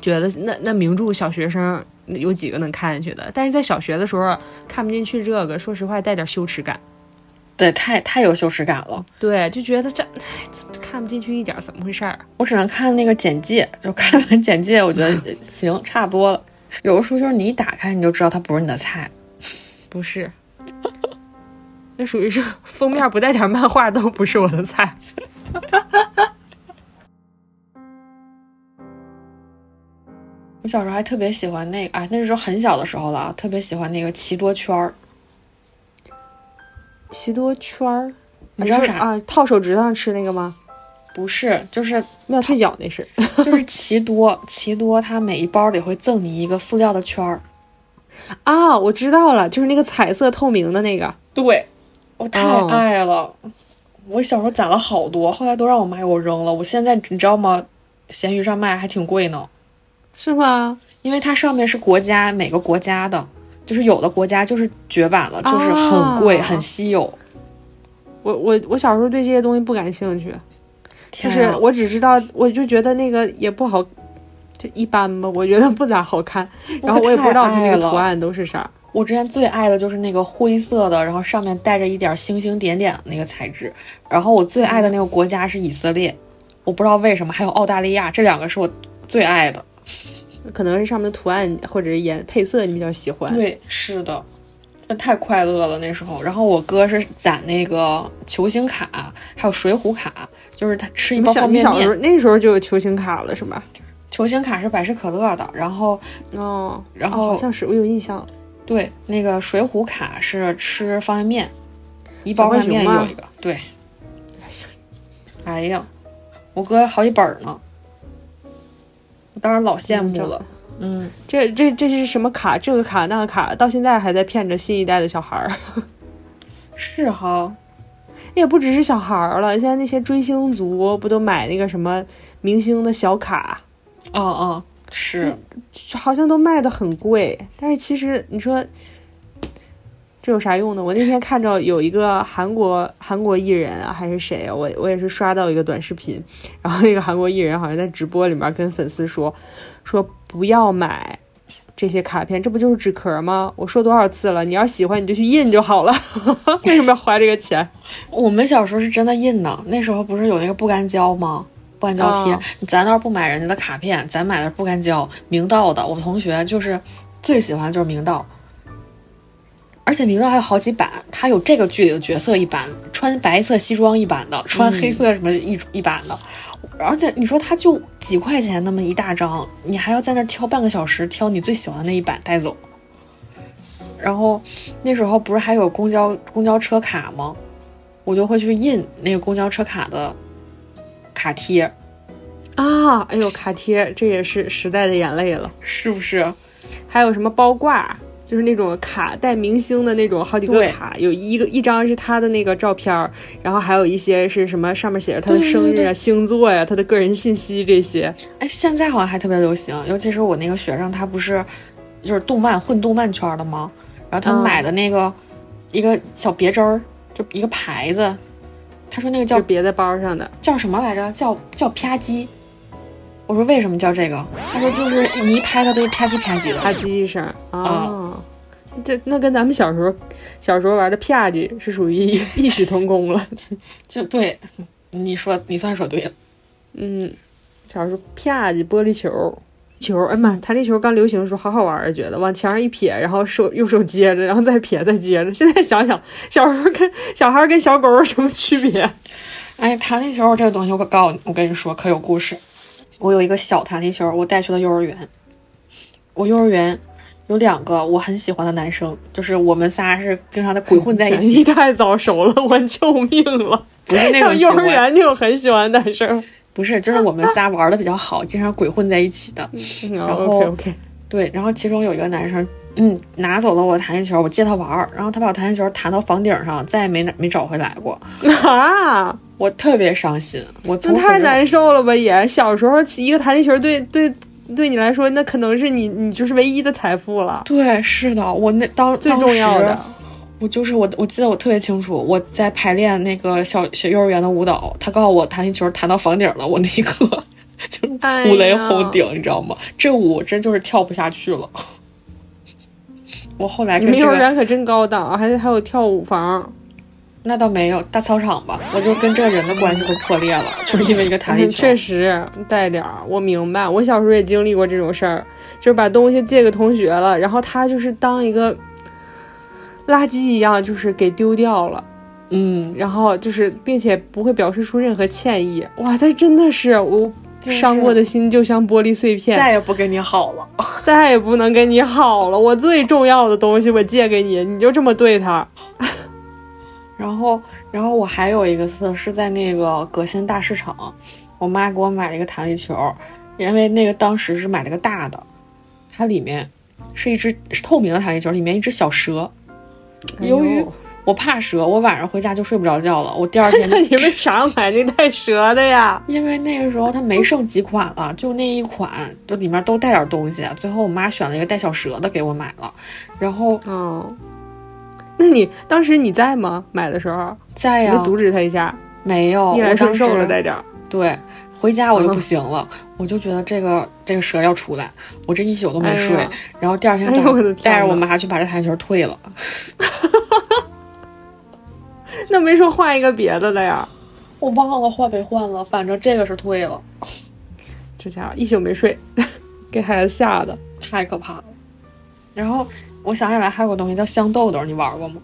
觉得那那名著小学生有几个能看下去的？但是在小学的时候看不进去这个，说实话带点羞耻感。对，太太有羞耻感了。对，就觉得这哎怎么看不进去一点儿，怎么回事儿？我只能看那个简介，就看完简介，我觉得行，差不多了。有的书就是你一打开你就知道它不是你的菜，不是，那属于是封面不带点漫画都不是我 的菜。我小时候还特别喜欢那个，啊，那时候很小的时候了啊，特别喜欢那个奇多圈儿。奇多圈儿，你知道啥？啊？套手指头上吃那个吗？不是，就是妙脆角那是。就是奇多， 奇多它每一包里会赠你一个塑料的圈儿。 啊，我知道了，就是那个彩色透明的那个。对，我太哦爱了。我小时候攒了好多，后来都让我妈给我扔了。我现在你知道吗？闲鱼上卖还挺贵呢，是吗？因为它上面是国家每个国家的，就是有的国家就是绝版了，就是很贵、啊很稀有。我我我小时候对这些东西不感兴趣，就天是啊我只知道，我就觉得那个也不好，就一般吧，我觉得不咋好看。然后可我也太不知道它爱那个了图案都是啥。我之前最爱的就是那个灰色的，然后上面带着一点星星点点的那个材质。然后我最爱的那个国家是以色列，我不知道为什么，还有澳大利亚，这两个是我最爱的。可能是上面的图案或者是颜配色你比较喜欢。对，是的，那太快乐了那时候。然后我哥是攒那个球星卡，还有水浒卡，就是他吃一你包小方你便小时候面。那时候就有球星卡了是吧？球星卡是百事可乐的，然后哦，然哦后好像是我有印象了。对那个水浒卡是吃方便面，一包小方浣便面熊吗有一个。对，哎呀，我哥好几本儿呢，我当时老羡嗯慕这了。嗯，这这这是什么卡？这个卡那个卡，到现在还在骗着新一代的小孩儿。 是哈，也不只是小孩儿了，现在那些追星族不都买那个什么明星的小卡，嗯嗯，是。好像都卖的很贵。但是其实你说这有啥用呢？我那天看着有一个韩国韩国艺人啊，还是谁啊，我我也是刷到一个短视频，然后那个韩国艺人好像在直播里面跟粉丝说说不要买。这些卡片，这不就是纸壳吗？我说多少次了，你要喜欢你就去印就好了， 为什么要花这个钱？我们小时候是真的印呢，那时候不是有那个不干胶吗？不干胶贴，啊咱倒是不买人家的卡片，咱买的是不干胶，明道的。我同学就是最喜欢的就是明道，而且明道还有好几版，他有这个剧里的角色一版，穿白色西装一版的，穿黑色什么一、一版的。而且你说他就几块钱那么一大张，你还要在那儿挑半个小时，挑你最喜欢的那一版带走。然后那时候不是还有公交公交车卡吗？我就会去印那个公交车卡的卡贴，啊，哎呦，卡贴，这也是时代的眼泪了。是不是？还有什么包挂，就是那种卡带明星的那种，好几个对卡，有一个一张是他的那个照片儿，然后还有一些是什么上面写着他的对对生日啊、对星座呀、他的个人信息这些。哎，现在好像还特别流行，尤其是我那个学生，他不是就是动漫混动漫圈的吗？然后他嗯买的那个、一个小别针儿，就一个牌子，他说那个就叫别在包上的叫什么来着？叫叫啪叽，我说为什么叫这个？他说就是你一拍它都啪叽啪叽的。啪叽一声哦，啊这那跟咱们小时候小时候玩的啪叽是属于异异曲同工了。就对，你说你算说对了。嗯，小时候啪叽玻璃球。球，哎妈！弹力球刚流行的时候好好玩儿，啊觉得往墙上一撇，然后手右手接着，然后再撇再接着。现在想想，小时候跟小孩儿跟小狗有什么区别？哎，弹力球这个东西，我可告诉你，我跟你说可有故事。我有一个小弹力球，我带去了幼儿园。我幼儿园有两个我很喜欢的男生，就是我们仨是经常的鬼混在一起 你，太早熟了，我救命了！不是那上种幼儿行为园就有很喜欢男生，不是，就是我们仨玩的比较好，经常鬼混在一起的。然后 OK OK，对，然后其中有一个男生，嗯，拿走了我的弹力球，我借他玩儿，然后他把我弹力球弹到房顶上，再也没拿没找回来过，啊，我特别伤心。我那从太此就难受了吧也。小时候一个弹力球对对对你来说，那可能是你你就是唯一的财富了，对，是的，我那当最重要的。当时我就是我，我记得我特别清楚，我在排练那个小小幼儿园的舞蹈，他告诉我弹力球弹到房顶了，我那一刻 就是哎五雷呀轰顶，你知道吗？这舞我真就是跳不下去了。我后来你跟们这幼儿个园可真高档，还还有跳舞房。那倒没有大操场吧，我就跟这个人的关系都破裂了，就是因为一个弹力嗯球。确实带点儿，我明白。我小时候也经历过这种事儿，就是把东西借给同学了，然后他就是当一个垃圾一样，就是给丢掉了，嗯，然后就是并且不会表示出任何歉意。哇，他真的是我真是伤过的心就像玻璃碎片，再也不跟你好了。再也不能跟你好了。我最重要的东西我借给你，你就这么对他， 然后，然后我还有一个次是在那个革新大市场，我妈给我买了一个弹力球，因为那个当时是买了个大的，它里面是一只是透明的弹力球，里面一只小蛇。哎由于我怕蛇，我晚上回家就睡不着觉了。我第二 天就那你为啥要买那带蛇的呀？因为那个时候它嗯没剩几款了，就那一款，就里面都带点东西。啊最后我妈选了一个带小蛇的给我买了，然后哦，那你当时你在吗？买的时候，再你呀就阻止他一下，没有，逆来啊哦我顺当时受了带点儿。对，回家我就不行了，我就觉得这个这个蛇要出来，我这一宿都没睡。哎呀然后第二天哎早呦上、我的天带着我呐妈去把这弹球退了，那没说换一个别的了呀？我忘了换没换了，反正这个是退了，这家伙一宿没睡， 给孩子吓的。太可怕了。然后我想起来还有个东西叫香豆豆，你玩过吗？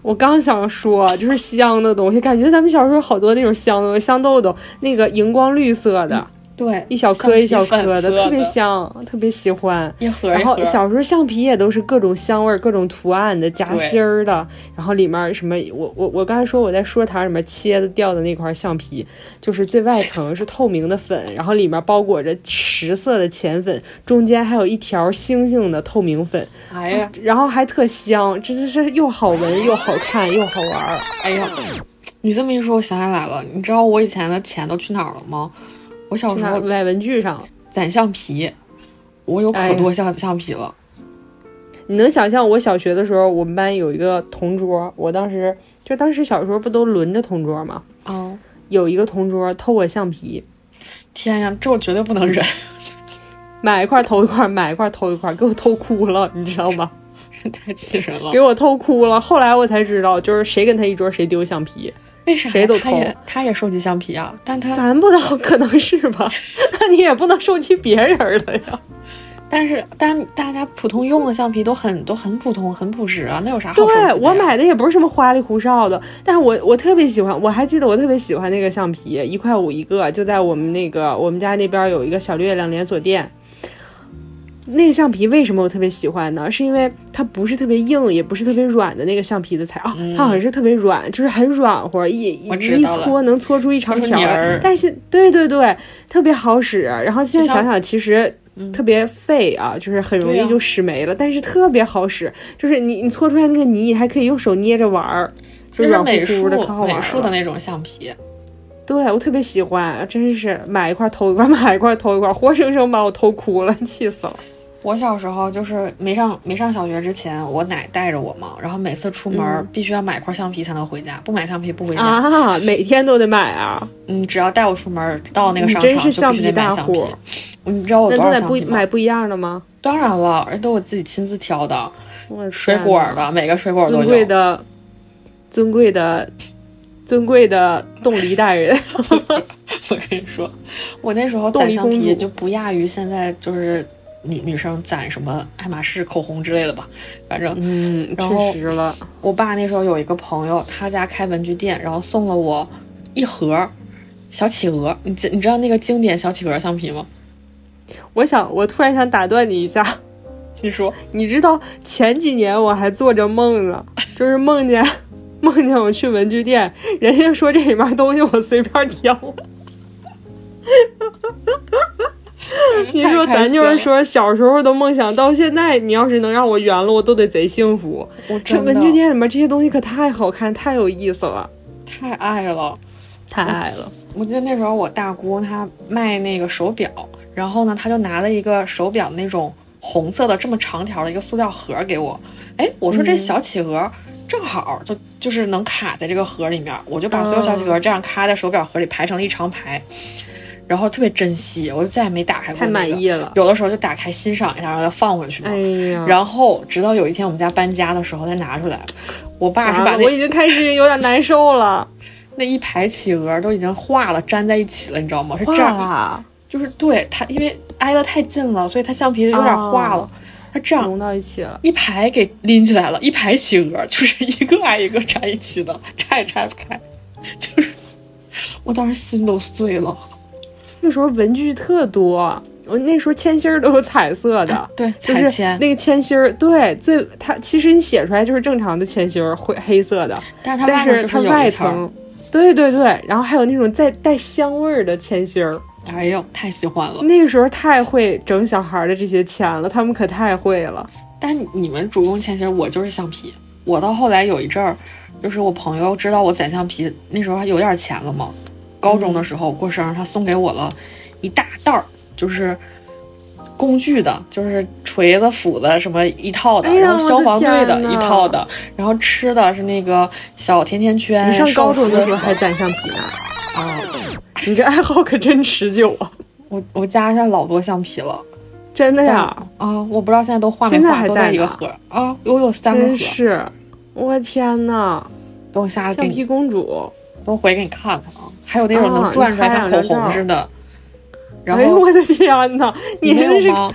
我刚想说，就是香的东西，感觉咱们小时候好多那种香的东西，香豆豆，那个荧光绿色的，对，一小嗯颗像一小鸡粉颗的，色特别香，特别喜欢。一盒一然后盒。小时候橡皮也都是各种香味儿、各种图案的，夹对心儿的，然后里面什么，我我我刚才说我在说堂里面切的掉的那块橡皮，就是最外层是透明的粉，然后里面包裹着十色的浅粉，中间还有一条星星的透明粉，哎呀，然后还特香，这就是又好闻又好看又好玩儿。哎呀，你这么一说，我想起来了。你知道我以前的钱都去哪儿了吗？我小时那候买文具上，攒橡皮，我有哎可呀多橡橡皮了。你能想象我小学的时候，我们班有一个同桌，我当时就当时小时候不都轮着同桌吗？哦，有一个同桌偷我橡皮。天呀，这我绝对不能忍。买一块偷一块，买一块偷一块，给我偷哭了，你知道吗？ 太气人了给！我偷哭了。后来我才知道，就是谁跟他一桌，谁丢橡皮。为啥呀谁都他偷也他也收集橡皮啊？但他咱不知道，可能是吧？ 那你也不能收集别人儿的呀。但是但大家普通用的橡皮都很都很普通很朴实啊，那有啥好收集的对呀我买的也不是什么花里胡哨的，但是我我特别喜欢，我还记得我特别喜欢那个橡皮，一块五一个，就在我们那个我们家那边有一个小月亮连锁店。那个橡皮为什么我特别喜欢呢？是因为它不是特别硬，也不是特别软的那个橡皮的材啊，它好像是特别软，就是很软和，一嗯我知一道了搓能搓出一长搓出条泥来儿。但是对对对，特别好使。啊然后现在想想，其实特别费啊，就是很容嗯对易呀就使没了，但是特别好使。就是你你搓出来那个泥，你还可以用手捏着玩儿，就就是软是美术乎乎的，可好玩美术的儿了。那种橡皮，对我特别喜欢，真是买一块偷 一块，买一块偷一块，活生生把我偷哭了，气死了。我小时候就是没上没上小学之前，我奶带着我嘛，然后嗯哎每次出门、必须要买块橡皮才能回家，不买橡皮不回家。啊，每天都得买啊！嗯，只要带我出门，到那个商场你真是就必须得橡皮大买橡皮嗯户。你知道我那多都少得橡不皮吗？买不一样的吗？当然了，而且都我自己亲自挑的，我的水天果哪的每个水果都尊有。贵的，尊贵的，尊贵的冻梨大人， 我跟你说，我那时候冻攒梨橡公皮主就不亚于现在就是女女生攒什么爱马仕、口红之类的吧。反正 嗯，然后确实了，我爸那时候有一个朋友，他家开文具店，然后送了我一盒小企鹅。你知你知道那个经典小企鹅橡皮吗？我想，我突然想打断你一下，你说你知道前几年我还做着 梦呢，就是梦见 梦见我去文具店，人家说这里面东西我随 便挑。你说咱就是说小时候的梦想，到现在你要是能让我圆了，我都得贼幸福。我这真的文具店里面这些东西可太好看，太有意思了，太爱了。太爱了。我记得那时候我大姑她卖那个手表，然后呢，她就拿了一个手表那种红色的这么长条的一个塑料盒给我。哎，我说嗯这小企鹅正好就就是能卡在这个盒里面，我就把所有小哦企鹅这样卡在手表盒里排成了一长排，然后特别珍惜，我就再也没打开过、太满意了有的时候就打开欣赏一下，然后再放回去嘛。哎呀，然后直到有一天我们家搬家的时候再拿出来，我爸是完把了那、啊我已经开始有点难受了，那一排企鹅都已经化了，粘在一起了，你知道吗？是 这样一哇，就是对它，因为挨得太近了，所以它橡皮有点化了哦。它这样融到一起了。一排给拎起来了，一排企鹅， 就是一个挨一个粘一起的，拆也拆不开。就是我当时心都碎了。那时候文具特多，我那时候铅芯儿都有彩色 的，对，就是彩铅，那个铅芯儿，对，最它其实你写出来就是正常的铅芯儿，灰黑色的，但是它但外面是就它有外一层儿。层，对对对，然后还有那种带带香味儿的铅芯儿，哎呦，太喜欢了！那个时候太会整小孩儿的这些钱了，他们可太会了。但是你们主攻铅芯儿，我就是橡皮。我到后来有一阵儿，就是我朋友知道我攒橡皮，那时候还有点钱了嘛。高中的时候过生日，他送给我了一大袋儿，就是工具的，就是锤子、斧子什么一套的，哎呀然后消防队我的的天一呐套的，然后吃的是那个小甜甜圈。你上高中的时寿司候还攒橡皮呢？哦你这爱好可真持久啊！我我家现在老多橡皮了真的呀，啊！我不知道现在都画没现在画，还都在在一个呢盒儿啊，我有三个盒真儿。是，我天呐，等我下次给橡你皮公主。都回给你看看啊。还有那种能啊转出来你拍像两口张红照似的，然哎呦后我的天呐，你没这是有吗？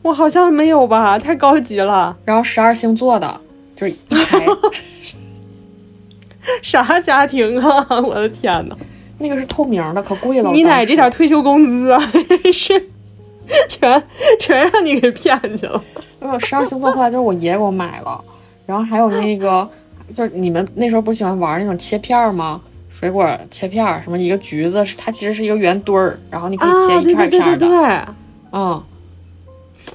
我好像没有吧？太高级了，然后十二星座的，就是一 排，啥家庭啊？ 我的天呐，那个是透明的，可贵了。你我当奶这时点退休工资啊，真是全全让你给骗去 了。没有哎十二星座，后来就是我爷给我买了，然后还有那个，就是你们那时候不是喜欢玩那种切片儿吗？水果切片儿，什么一个橘子，是它其实是一个圆墩儿，然后你可以啊，切一对片儿对一对片对儿的。对，嗯，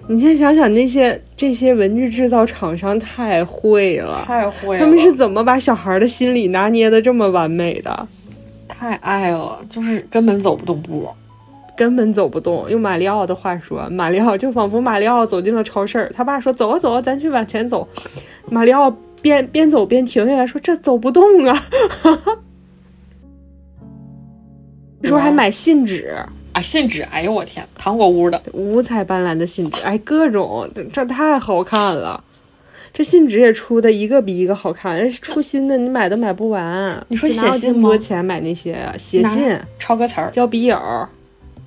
你先想想那些这些文具制造厂商太会了，太会了。他们是怎么把小孩的心理拿捏的这么完美的？太爱了，就是根本走不动步。根本走不动。用马里奥的话说，马里奥就仿佛马里奥走进了超市儿，他爸说：“走啊走啊，咱去往前走。”马里奥边边走边停下来说：“这走不动啊！” 那时候还买信纸，啊，信纸，哎呦我天，糖果屋的，五彩斑斓的信纸，哎，各种，这这太好看了。这信纸也出的一个比一个好看，人家出新的你买都买不完。你说就哪有写信这么多吗钱买那些啊写拿信、抄歌词儿。交笔友，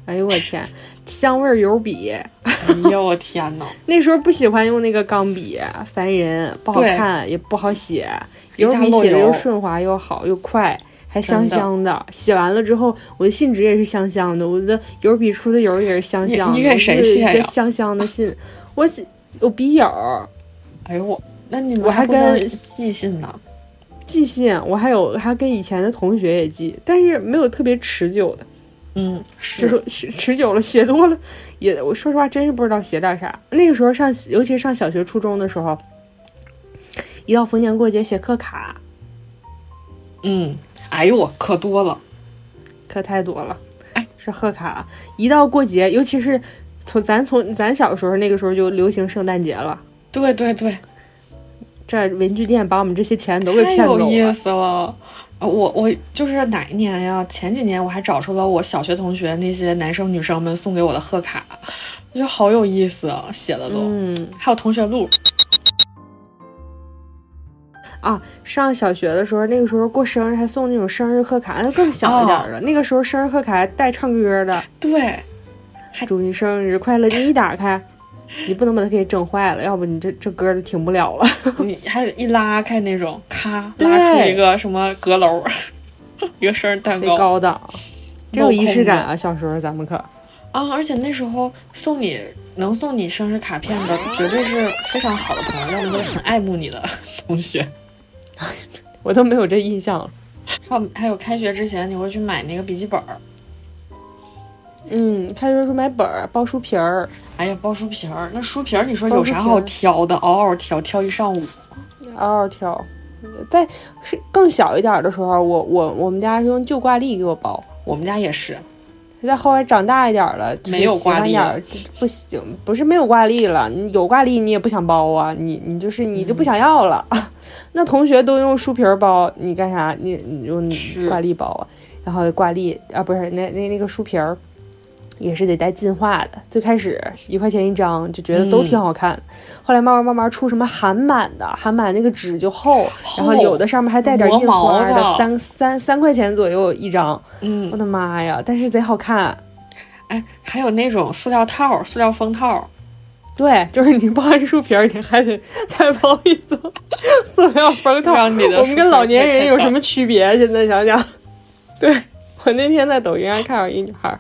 哎呦我天，香味儿油笔，哎呦我天呐，那时候不喜欢用那个钢笔，烦人，不好对看，也不好写。一油下笔漏写的油又顺滑又好又快，还香真的香的。写完了之后，我的信纸也是香香的，我的油笔出的油也是香你香的。你给谁啊我就有写一个呀香香的信，我写我笔友哎呦我，那你们我还互相跟寄信呢，寄信，我还有还跟以前的同学也寄，但是没有特别持久的，嗯，就是是持持久了写多了也，我说实话真是不知道写点啥。那个时候上，尤其是上小学、初中的时候，一到逢年过节写课卡，嗯，哎呦我可多了，可太多了。哎，是贺卡，一到过节，尤其是从咱从咱小时候那个时候就流行圣诞节了，对对对，这文具店把我们这些钱都给太骗走有意了。思了。呃我我就是哪一年呀？前几年我还找出了我小学同学那些男生女生们送给我的贺卡，我觉得好有意思啊，写的都。嗯，还有同学录，啊，上小学的时候，那个时候过生日还送那种生日贺卡，那更小一点哦儿的。那个时候生日贺卡还带唱歌的， 对，祝你生日快乐。你一打开，你不能把它给整坏了，要不你这这歌就停不了了。你还一拉开那种，咔对拉出一个什么阁楼， 一个生日蛋贼糕高档，真有仪式感镂空啊！小时候咱们可啊！而且那时候送你能送你生日卡片的，绝对是非常好的朋友，要么就是很爱慕你的 同学。我都没有这印象了。还有还有，开学之前你会去买那个笔记本儿，嗯，开学时候买本儿、包书皮儿，哎呀，包书皮儿，那书皮儿你说包有书啥皮好儿挑的？嗷嗷挑，挑一上午。嗷嗷跳。在是更小一点儿的时候，我我我们家是用旧挂历给我包。我们家也是，再后来长大一点儿了，就是没有挂历喜欢点儿不行，不是没有挂历了，你有挂历你也不想包啊，你你就是你嗯就不想要了。 那同学都用书皮儿包，你干啥？你你用是挂历包啊？然后挂历啊，不是那那那个书皮儿，也是得带进化的。最开始一块钱一张，就觉得都嗯挺好看。后来慢慢慢慢出什么韩版的，韩版那个纸就厚，然后有的上面还带点磨印花毛儿的三三三块钱左右一张。嗯我，的妈呀！但是贼好看。哎，还有那种塑料套儿、塑料封套儿， 对，就是你包完书皮儿，你还得再包一层塑料封套。让你的我们书皮跟儿老年再人开有放什么区别？现在 想想，对我那天在抖音上看到一女孩儿，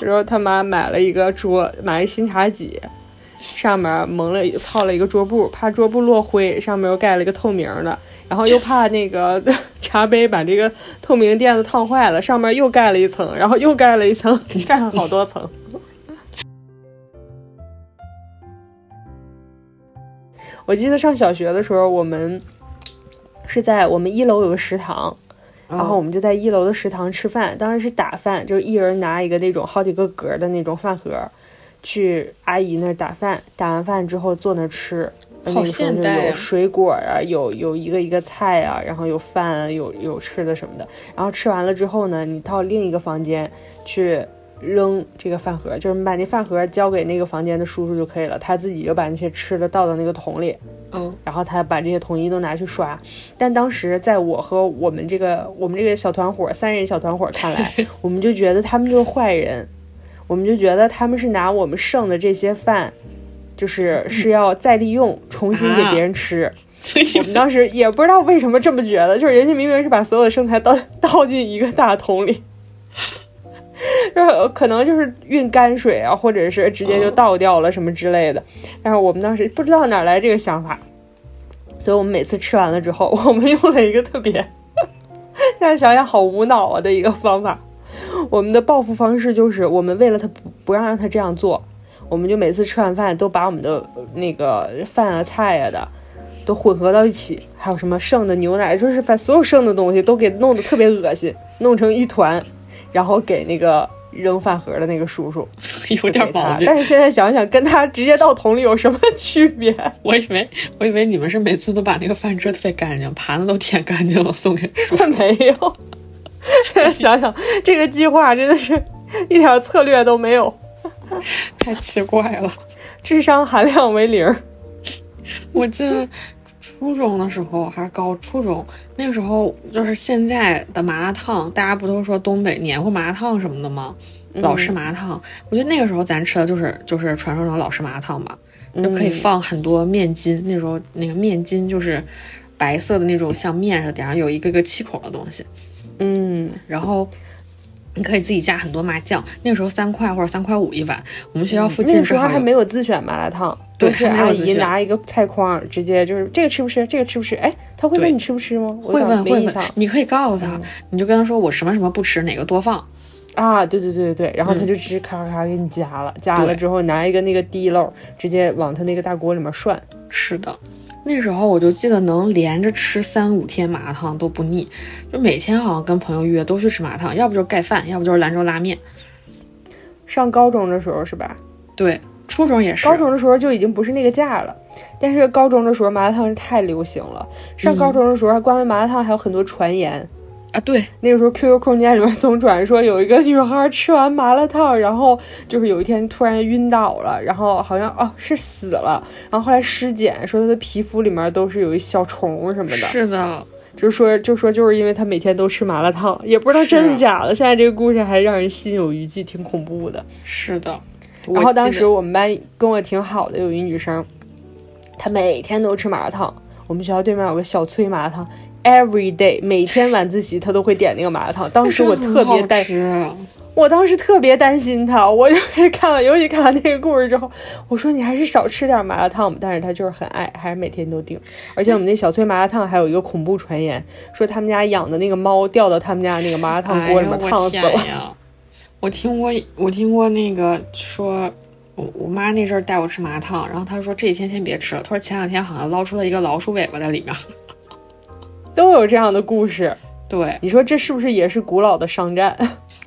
然后她妈买了一个桌，买了新茶几，上面蒙了套了一个桌布，怕桌布落灰，上面又盖了一个透明的，然后又怕那个 茶杯把这个透明垫子烫坏了，上面又盖了一层，然后又盖了一层，盖了好多层。我记得上小学的时候，我们是在我们一楼有个食堂，哦然后我们就在一楼的食堂吃饭，当时是打饭，就是一人拿一个那种好几个格的那种饭盒，去阿姨那儿打饭，打完饭之后坐那儿吃。那好个时候现就代有啊水果啊，有有一个一个菜啊，然后有饭啊、有有吃的什么的。然后吃完了之后呢，你到另一个房间去扔这个饭盒，就是你把那饭盒交给那个房间的叔叔就可以了，他自己就把那些吃的倒到那个桶里。嗯，然后他把这些统一都拿去刷。但当时在我和我们这个我们这个小团伙三人小团伙看来， 我们就觉得他们就是坏人，我们就觉得他们是拿我们剩的这些饭，就是是要再利用，重新给别人吃。嗯啊所以我们当时也不知道为什么这么觉得，就是人家明明是把所有的剩菜倒 倒进一个大桶里，就是呃可能就是运泔水啊，或者是直接嗯就倒掉了什么之类的。但是我们当时不知道哪来这个想法，所以我们每次吃完了之后， 我们用了一个特别现在想想好无脑啊的一个方法。我们的报复方式就是，我们为了他不不让让他这样做，我们就每次吃完饭都把我们的呃那个饭啊菜啊的都混合到一起，还有什么剩的牛奶，就是把所有剩的东西都给弄得特别恶心，弄成一团，然后给那个扔饭盒的那个叔叔，有点毛病。但是现在想想，跟他直接倒桶里有什么区别？我以为我以为你们是每次都把那个饭吃得特别干净，盘子都舔干净了送给 叔。 没有。现在想想，这个计划真的是 一点策略都没有，太奇怪了。智商含量为零。我记得初中的时候还是高初中，那个时候就是现在的麻辣烫，大家不都说东北黏糊麻辣烫什么的吗？老嗯式麻辣烫，我觉得那个时候咱吃的就是就是传说中的老式麻辣烫吧，就可以嗯放很多面筋。那时候那个面筋就是白色的那种像面似的，顶上有一个个气孔的东西，嗯，然后。你可以自己加很多麻酱，那个时候三块或者三块五一碗。我们学校附那近个时正候好还有没有自选麻辣烫，对都是还没有阿自姨选拿一个菜筐，直接就是这个吃不吃，这个吃不吃？哎，他会对问你吃不吃吗？我会咋问没会印问象，你可以告诉他，你就跟他说我什么什么不吃，哪个多放。啊，对对对对对，然后他嗯就直接咔咔咔给你夹了，夹了对之后拿一个那个滴漏，直接往他那个大锅里面涮。是的，那时候我就记得能连着吃三五天麻辣烫都不腻，就每天好像跟朋友约都去吃麻辣烫，要不就是盖饭，要不就是兰州拉面。上高中的时候是吧？对，初中也是，高中的时候就已经不是那个价了。但是高中的时候麻辣烫是太流行了，上高中的时候关于麻辣烫还有很多传言、啊。对，那个时候 QQ 空间里面总传说有一个女孩吃完麻辣烫，然后就是有一天突然晕倒了，然后好像哦是死了，然后后来尸检说她的皮肤里面都是有一小虫什么的。是的，就说就说就是因为她每天都吃麻辣烫，也不知道真的假的。现在这个故事还让人心有余悸，挺恐怖的。是的。然后当时我我们班跟我挺好的有一女生，她每天都吃麻辣烫。我们学校对面有个小崔麻辣烫，every day 每天晚自习她都会点那个麻辣烫。当时我特别担，啊我当时特别担心她，我就看完，尤其看完那个故事之后，我说你还是少吃点麻辣烫吧。但是她就是很爱，还是每天都订。而且我们那小崔麻辣烫还有一个恐怖传言，说他们家养的那个猫掉到他们家那个麻辣烫锅里面哎呀烫我死天了。呀我听过，我听过那个说，我我妈那阵儿带我吃麻辣烫，然后她说这几天先别吃了，她说前两天好像捞出了一个老鼠尾巴在里面。 都有这样的故事。对，你说这是不是也是古老的商战？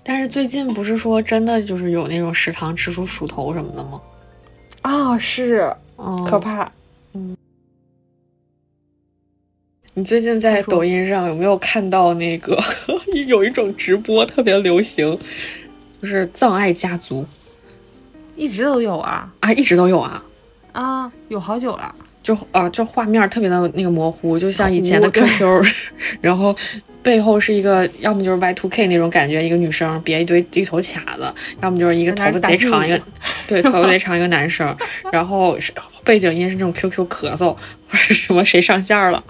但是最近不是说真的就是有那种食堂吃出鼠头什么的吗？啊、是嗯哦可怕。你最近在抖音上有没有看到那个 有一种直播特别流行，就是葬爱家族一直都有啊啊，一直都有啊，啊，有好久了。就啊、就画面特别的那个模糊，就像以前的糊对 QQ，然 后背后是一个要么就是 Y2K 那种感觉，一个女生别一堆一头卡子，要么就是一个头发贼长一个，对，头发贼长一个男生， 然后是背景音是那种 QQ 咳嗽或者什么谁上线了，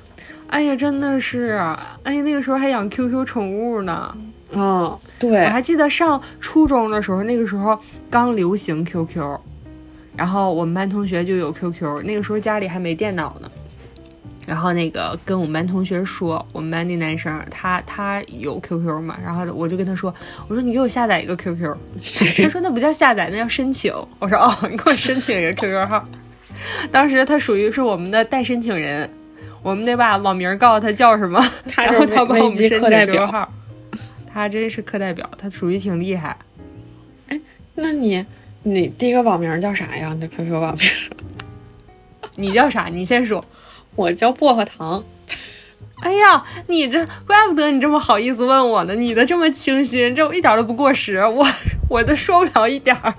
哎呀，真的是啊，哎呀，那个时候还养 QQ 宠物呢。嗯，哎对，我还记得上初中的时候，那个时候刚流行 QQ，然后我们班同学就有 QQ，那个时候家里还没电脑呢。然后那个跟我们班同学说，我们班那男生他他有 QQ 嘛，然后我就跟他说，我说你给我下载一个 QQ，他说那不叫下载，那叫申请。我说哦，你给我申请一个 QQ 号。当时他属于是我们的代申请人，我们得把网名告诉他叫什么，他然后是他帮我危们机申请课代表 QQ 号。他真是课代表，他属于挺厉害。那你你第一个网名叫啥呀？你的 QQ 网名？你叫啥？你先说。 我叫薄荷糖。哎呀，你这怪不得你这么好意思问我呢，你的这么清新，这一点都不过时，我我都说不了一点儿。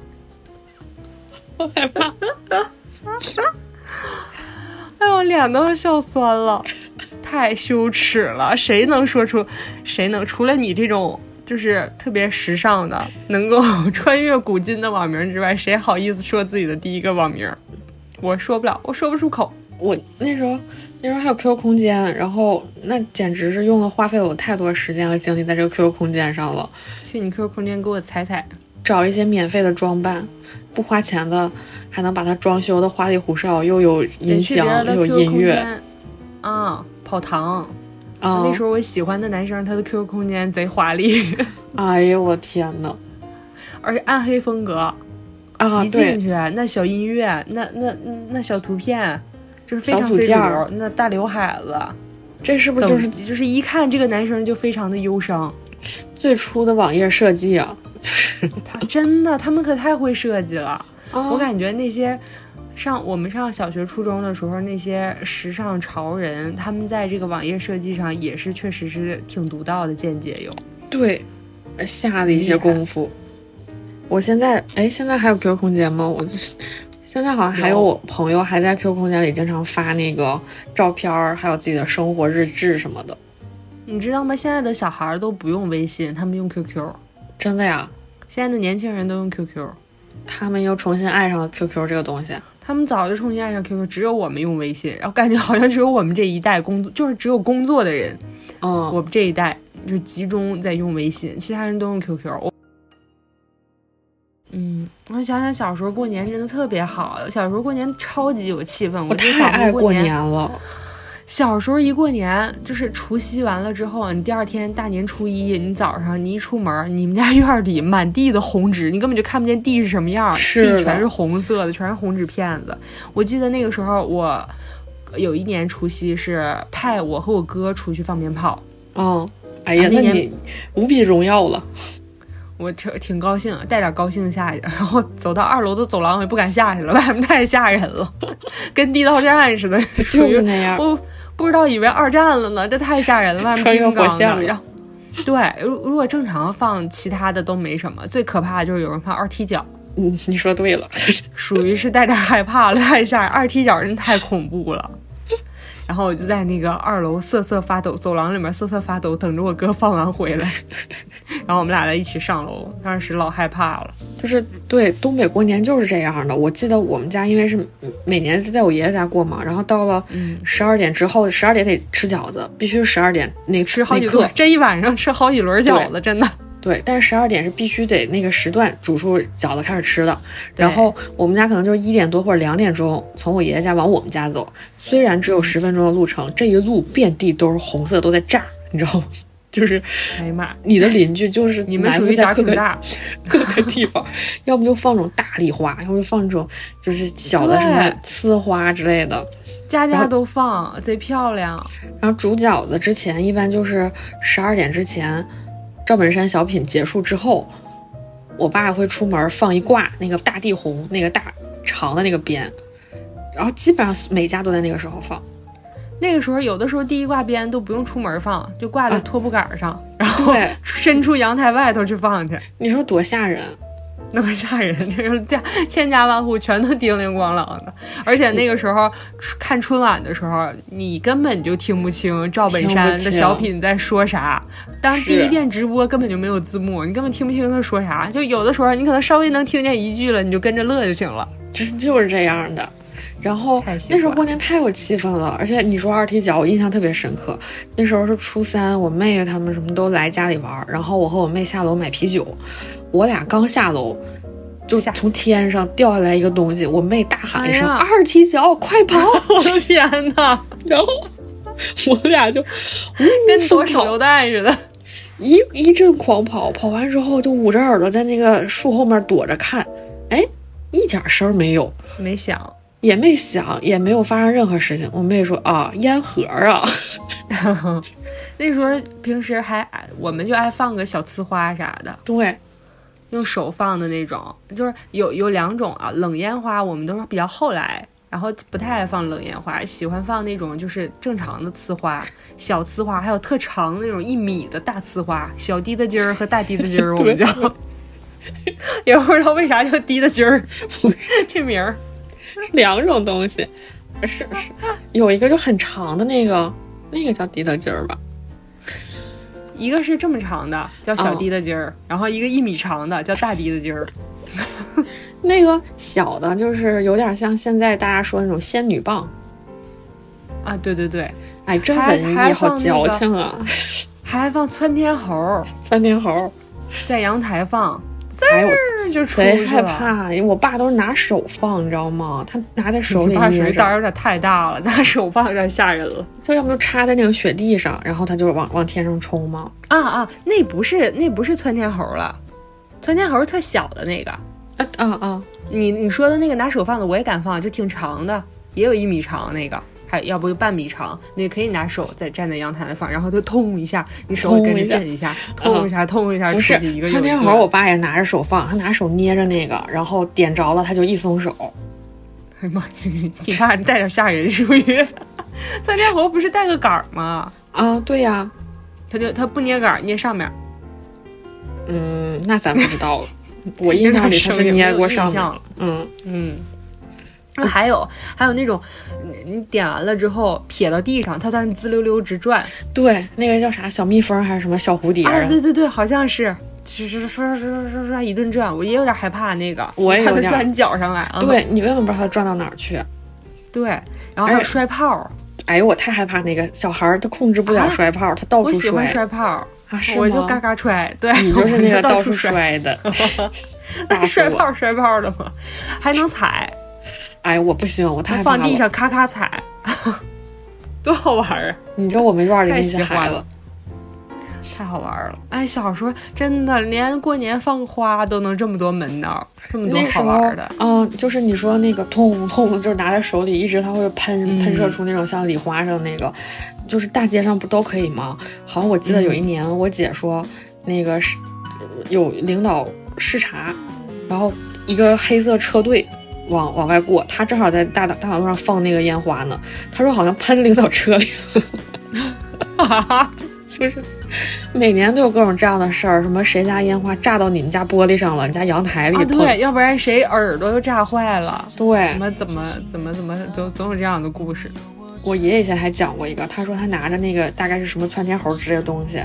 我害怕。哎呦，脸都要笑酸了，太羞耻了！谁能说出，谁能除了你这种就是特别时尚的，能够 穿越古今的网名之外，谁好意思说自己的第一个网名？我说不了，我说不出口。我那时候那时候还有 QQ 空间，然后那简直是用了花费了我太多时间和精力在这个 QQ 空间上了。去你 QQ 空间给我踩踩。找一些免费的装扮，不花钱的，还能把它装修的花里胡哨，又有音也去别响人的又 QQ 有音乐空间啊，跑堂啊！那时候我喜欢的男生，他的 QQ 空间贼华丽， 哎呦我天呐！而且暗黑风格，啊一对进去那小音乐，那那那小图片，就是非小常组非主件儿流，那大刘海子，这是不是等就是就是一看这个男生就非常的忧伤，最初的网页设计啊？ 他真的他们可太会设计了，啊我感觉那些。上我们上小学、初中的时候，那些时尚潮人，他们在这个网页设计上也是确实是挺独到的见解有。对，下了一些功夫。我现在哎，现在还有 QQ 空间吗？我就是现在好像还有有我朋友还在 QQ 空间里经常发那个照片儿，还有自己的生活日志什么的。你知道吗？现在的小孩儿都不用微信，他们用 QQ。真的呀，现在的年轻人都用 QQ，他们又重新爱上了 QQ 这个东西。他们早就重新爱上 QQ，只有我们用微信。然后感觉好像只有我们这一代工作，就是只有工作的人，嗯，我们这一代就集中在用微信，其他人都用 QQ。我嗯，我想想小时候过年真的特别好，小时候过年超级有气氛。我我觉得太小时爱候过年年了。小时候一过年，就是除夕完了之后，你第二天大年初一，你早上你一出门，你们家院儿里满地的红纸，你根本就看不见地是什么样儿，是的地全是红色的，全是红纸片子。我记得那个时候我。呃有一年除夕是派我和我哥出去放鞭炮，嗯，哎呀，啊那那年你无比荣耀了。 我这挺高兴，带点高兴下去，然后走到二楼的走廊，我也不敢下去了， 外面太吓人了，跟地道战似的，就是那样我不知道以为二战了呢，这太吓人了，外面 穿越叮火当线了的，然后。对，如如果正常放其他的都没什么，最可怕的就是有人放二踢脚，嗯，你说对了，属于是带点害怕了，太吓人，二踢脚真太恐怖了。然后我就在那个二楼瑟瑟发抖，走廊里面瑟瑟发抖，等着我哥放完回来。 然后我们俩在一起上楼，当时老害怕了。就是对东北过年就是这样的。我记得我们家因为是每年是在我爷爷家过嘛，然后到了嗯十二点之后，十二点得吃饺子，必须十二点那吃好几那刻顿， 这一晚上吃好几轮饺子，真的。对，但是十二点是必须得那个时段煮出饺子开始吃的。然后我们家可能就是一点多或者两点钟从我爷爷家往我们家走，虽然只有十分钟的路程，这一路遍地都是红色，都在炸，你知道吗？ 就是哎呀妈，你的邻居就是你们埋属伏于在胆儿各挺个 大，各个地方，要不就放这种大丽花，要不就放这种就是小的什么对呲花之类的。家然家后都放，贼漂亮。然后煮饺子之前，一般就是十二点之前，赵本山小品结束之后，我爸会出门放一挂那个大地红，那个大长的那个鞭，然后基本上每家都在那个时候放。那个时候，有的时候第一挂鞭都不用出门放，就挂在拖布杆上，然后啊对，伸出阳台外头去放去，你说多吓人！啊那么吓人。那个家千家万户全都叮铃咣啷的，而且那个时候看春晚的时候，你根本就听不清赵本山听的不清小品在说啥。当是第一遍直播根本就没有字幕，你根本听不清他说啥。就有的时候你可能稍微能听见一句了，你就跟着乐就行 了。就是就是这样的。然后太喜那时候欢过年太有气氛了，而且你说二踢脚，我印象特别深刻。那时候是初三，我妹她们什么都来家里玩儿，然后我和我妹下楼买啤酒，我俩刚下楼，就吓死从天上掉下来一个东西，我妹大喊一声：“哎呀哦二踢脚，快跑我的天呐，！”然后 我俩就跟躲手榴弹似的。一一阵狂跑，跑完之后就捂着耳朵在那个树后面躲着看，哎，一点声儿 没有。没想，也没想，也没有发生任何事情。我妹说啊，烟盒啊， 那时候平时还爱我们就爱放个小呲花啥的，对，用手放的那种，就是有有两种啊，冷烟花我们都是比较后来，然后不太爱放冷烟花，喜欢放那种就是正常的呲花，小呲花，还有特长那种一米的大呲花，小滴答鸡儿和大滴答 鸡儿，我们叫， 也不知道为啥叫滴答 鸡儿，这名儿两种东西，是是，有一个就很长的那个，那个叫滴答鸡儿吧，一个是这么长的叫小哦滴答鸡儿，然后一个一米长的叫大滴答鸡儿。那个小的就是有点像现在大家说那种仙女棒，啊，对对对，哎，真还文还艺，好放那矫个情啊！ 还放窜天猴，窜天猴，在阳台放，哎呦，就我出去贼了。害怕，我爸都是拿手放，你知道吗？他拿在手你里爸属捏于胆儿着，有点太大了，拿 手放有点吓人了。就要么就插在那个雪地上，然后他就往往天上冲嘛。啊啊，那不是那不是窜天猴了，窜天猴是特小的那个。啊啊啊！你你说的那个拿手放的我也敢放，就挺长的，也有一米长那个，还要不就半米长，你可以拿手再站在阳台上放，然后就通一下，你手通跟着一下震一下，嗯通一下，通一下，不出是去一个窜又一天个猴，我爸也拿着手放，他拿手捏着那个，然后点着了，他就一松手。哎 呀妈，你你爸带点吓人，属于 窜天猴不是带个杆儿吗？啊，对呀、他就他不捏杆儿，捏上面儿，嗯，那咱不知 道了。我印象里他是捏过上有点生硬没有印象面了，嗯，嗯。然后还有还有那种，你你点完了之后撇到地上，它在那滋溜溜直转对，那个叫啥小蜜蜂还是什么小蝴蝶啊？啊！对对对，好像是，唰唰唰唰唰唰唰一顿转，我也有点害怕那个，我也有怕它点转你脚上来啊！对你根本不知道它转到哪儿去。对，然后还有哎摔炮，哎呦，我太害怕那个小孩儿，他控制不啊了摔炮，他到我处喜欢摔。摔炮，啊是我就吗嘎嘎摔，对，你就是那我个到处 摔，摔的，那打是死摔我！炮摔炮的嘛，还能踩，哎，我不行，我太还害怕放了。地上咔咔踩， 多好玩儿啊！你知道我们院儿里太那喜些欢孩了子，太好玩了！哎，小时候真的连过年放花都能这么多门道，这么多那时好候玩的。，嗯，就是你说那个痛痛，就是拿在手里，一直它会喷嗯喷射出那种像礼花似的那个，嗯就是大街上不都可以吗？好像我记得有一年我姐说，那个是有领导视察，然后一个黑色车队往往外过，他正好在大大马路上放那个烟花呢，他说好像喷领导车里了， 就是每年都有各种这样的事儿，什么谁家烟花炸到你们家玻璃上了，你家阳台里啊，碰，对，要不然谁耳朵都炸坏了？对什么怎么怎么怎么总总有这样的故事。我爷爷以前还讲过一个，他说他拿着那个大概是什么窜天猴之类的东西，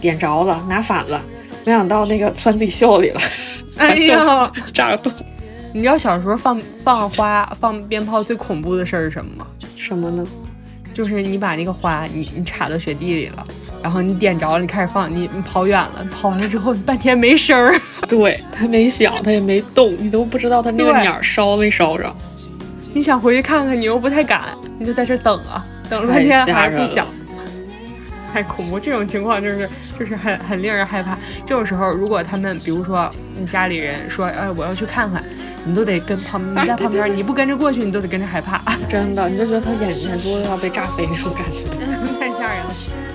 点着了，拿反了，没想到那个窜自己袖里了， 哎呀，炸个洞。你知道小时候放放花、放鞭炮最恐怖的事儿是什么吗？ 什么呢？就是你把那个花，你你插到雪地里了，然后你点着了，你开始放，你你跑远了，跑完了之后你半天没声儿。对，他没响，他也没动，你都不知道他那个对鸟儿烧没烧着。你想回去看看，你又不太敢，你就在这儿等啊，等了半天哎太吓还是不人了响，太恐怖。这种情况就是就是很很令人害怕。这种时候，如果他们比如说你家里人说，哎，我要去看看，你都得跟旁你在旁边，你不跟着过去，你都得跟着害怕， 真的，你就觉得他眼眼珠子要被炸飞那种感觉。太吓人了。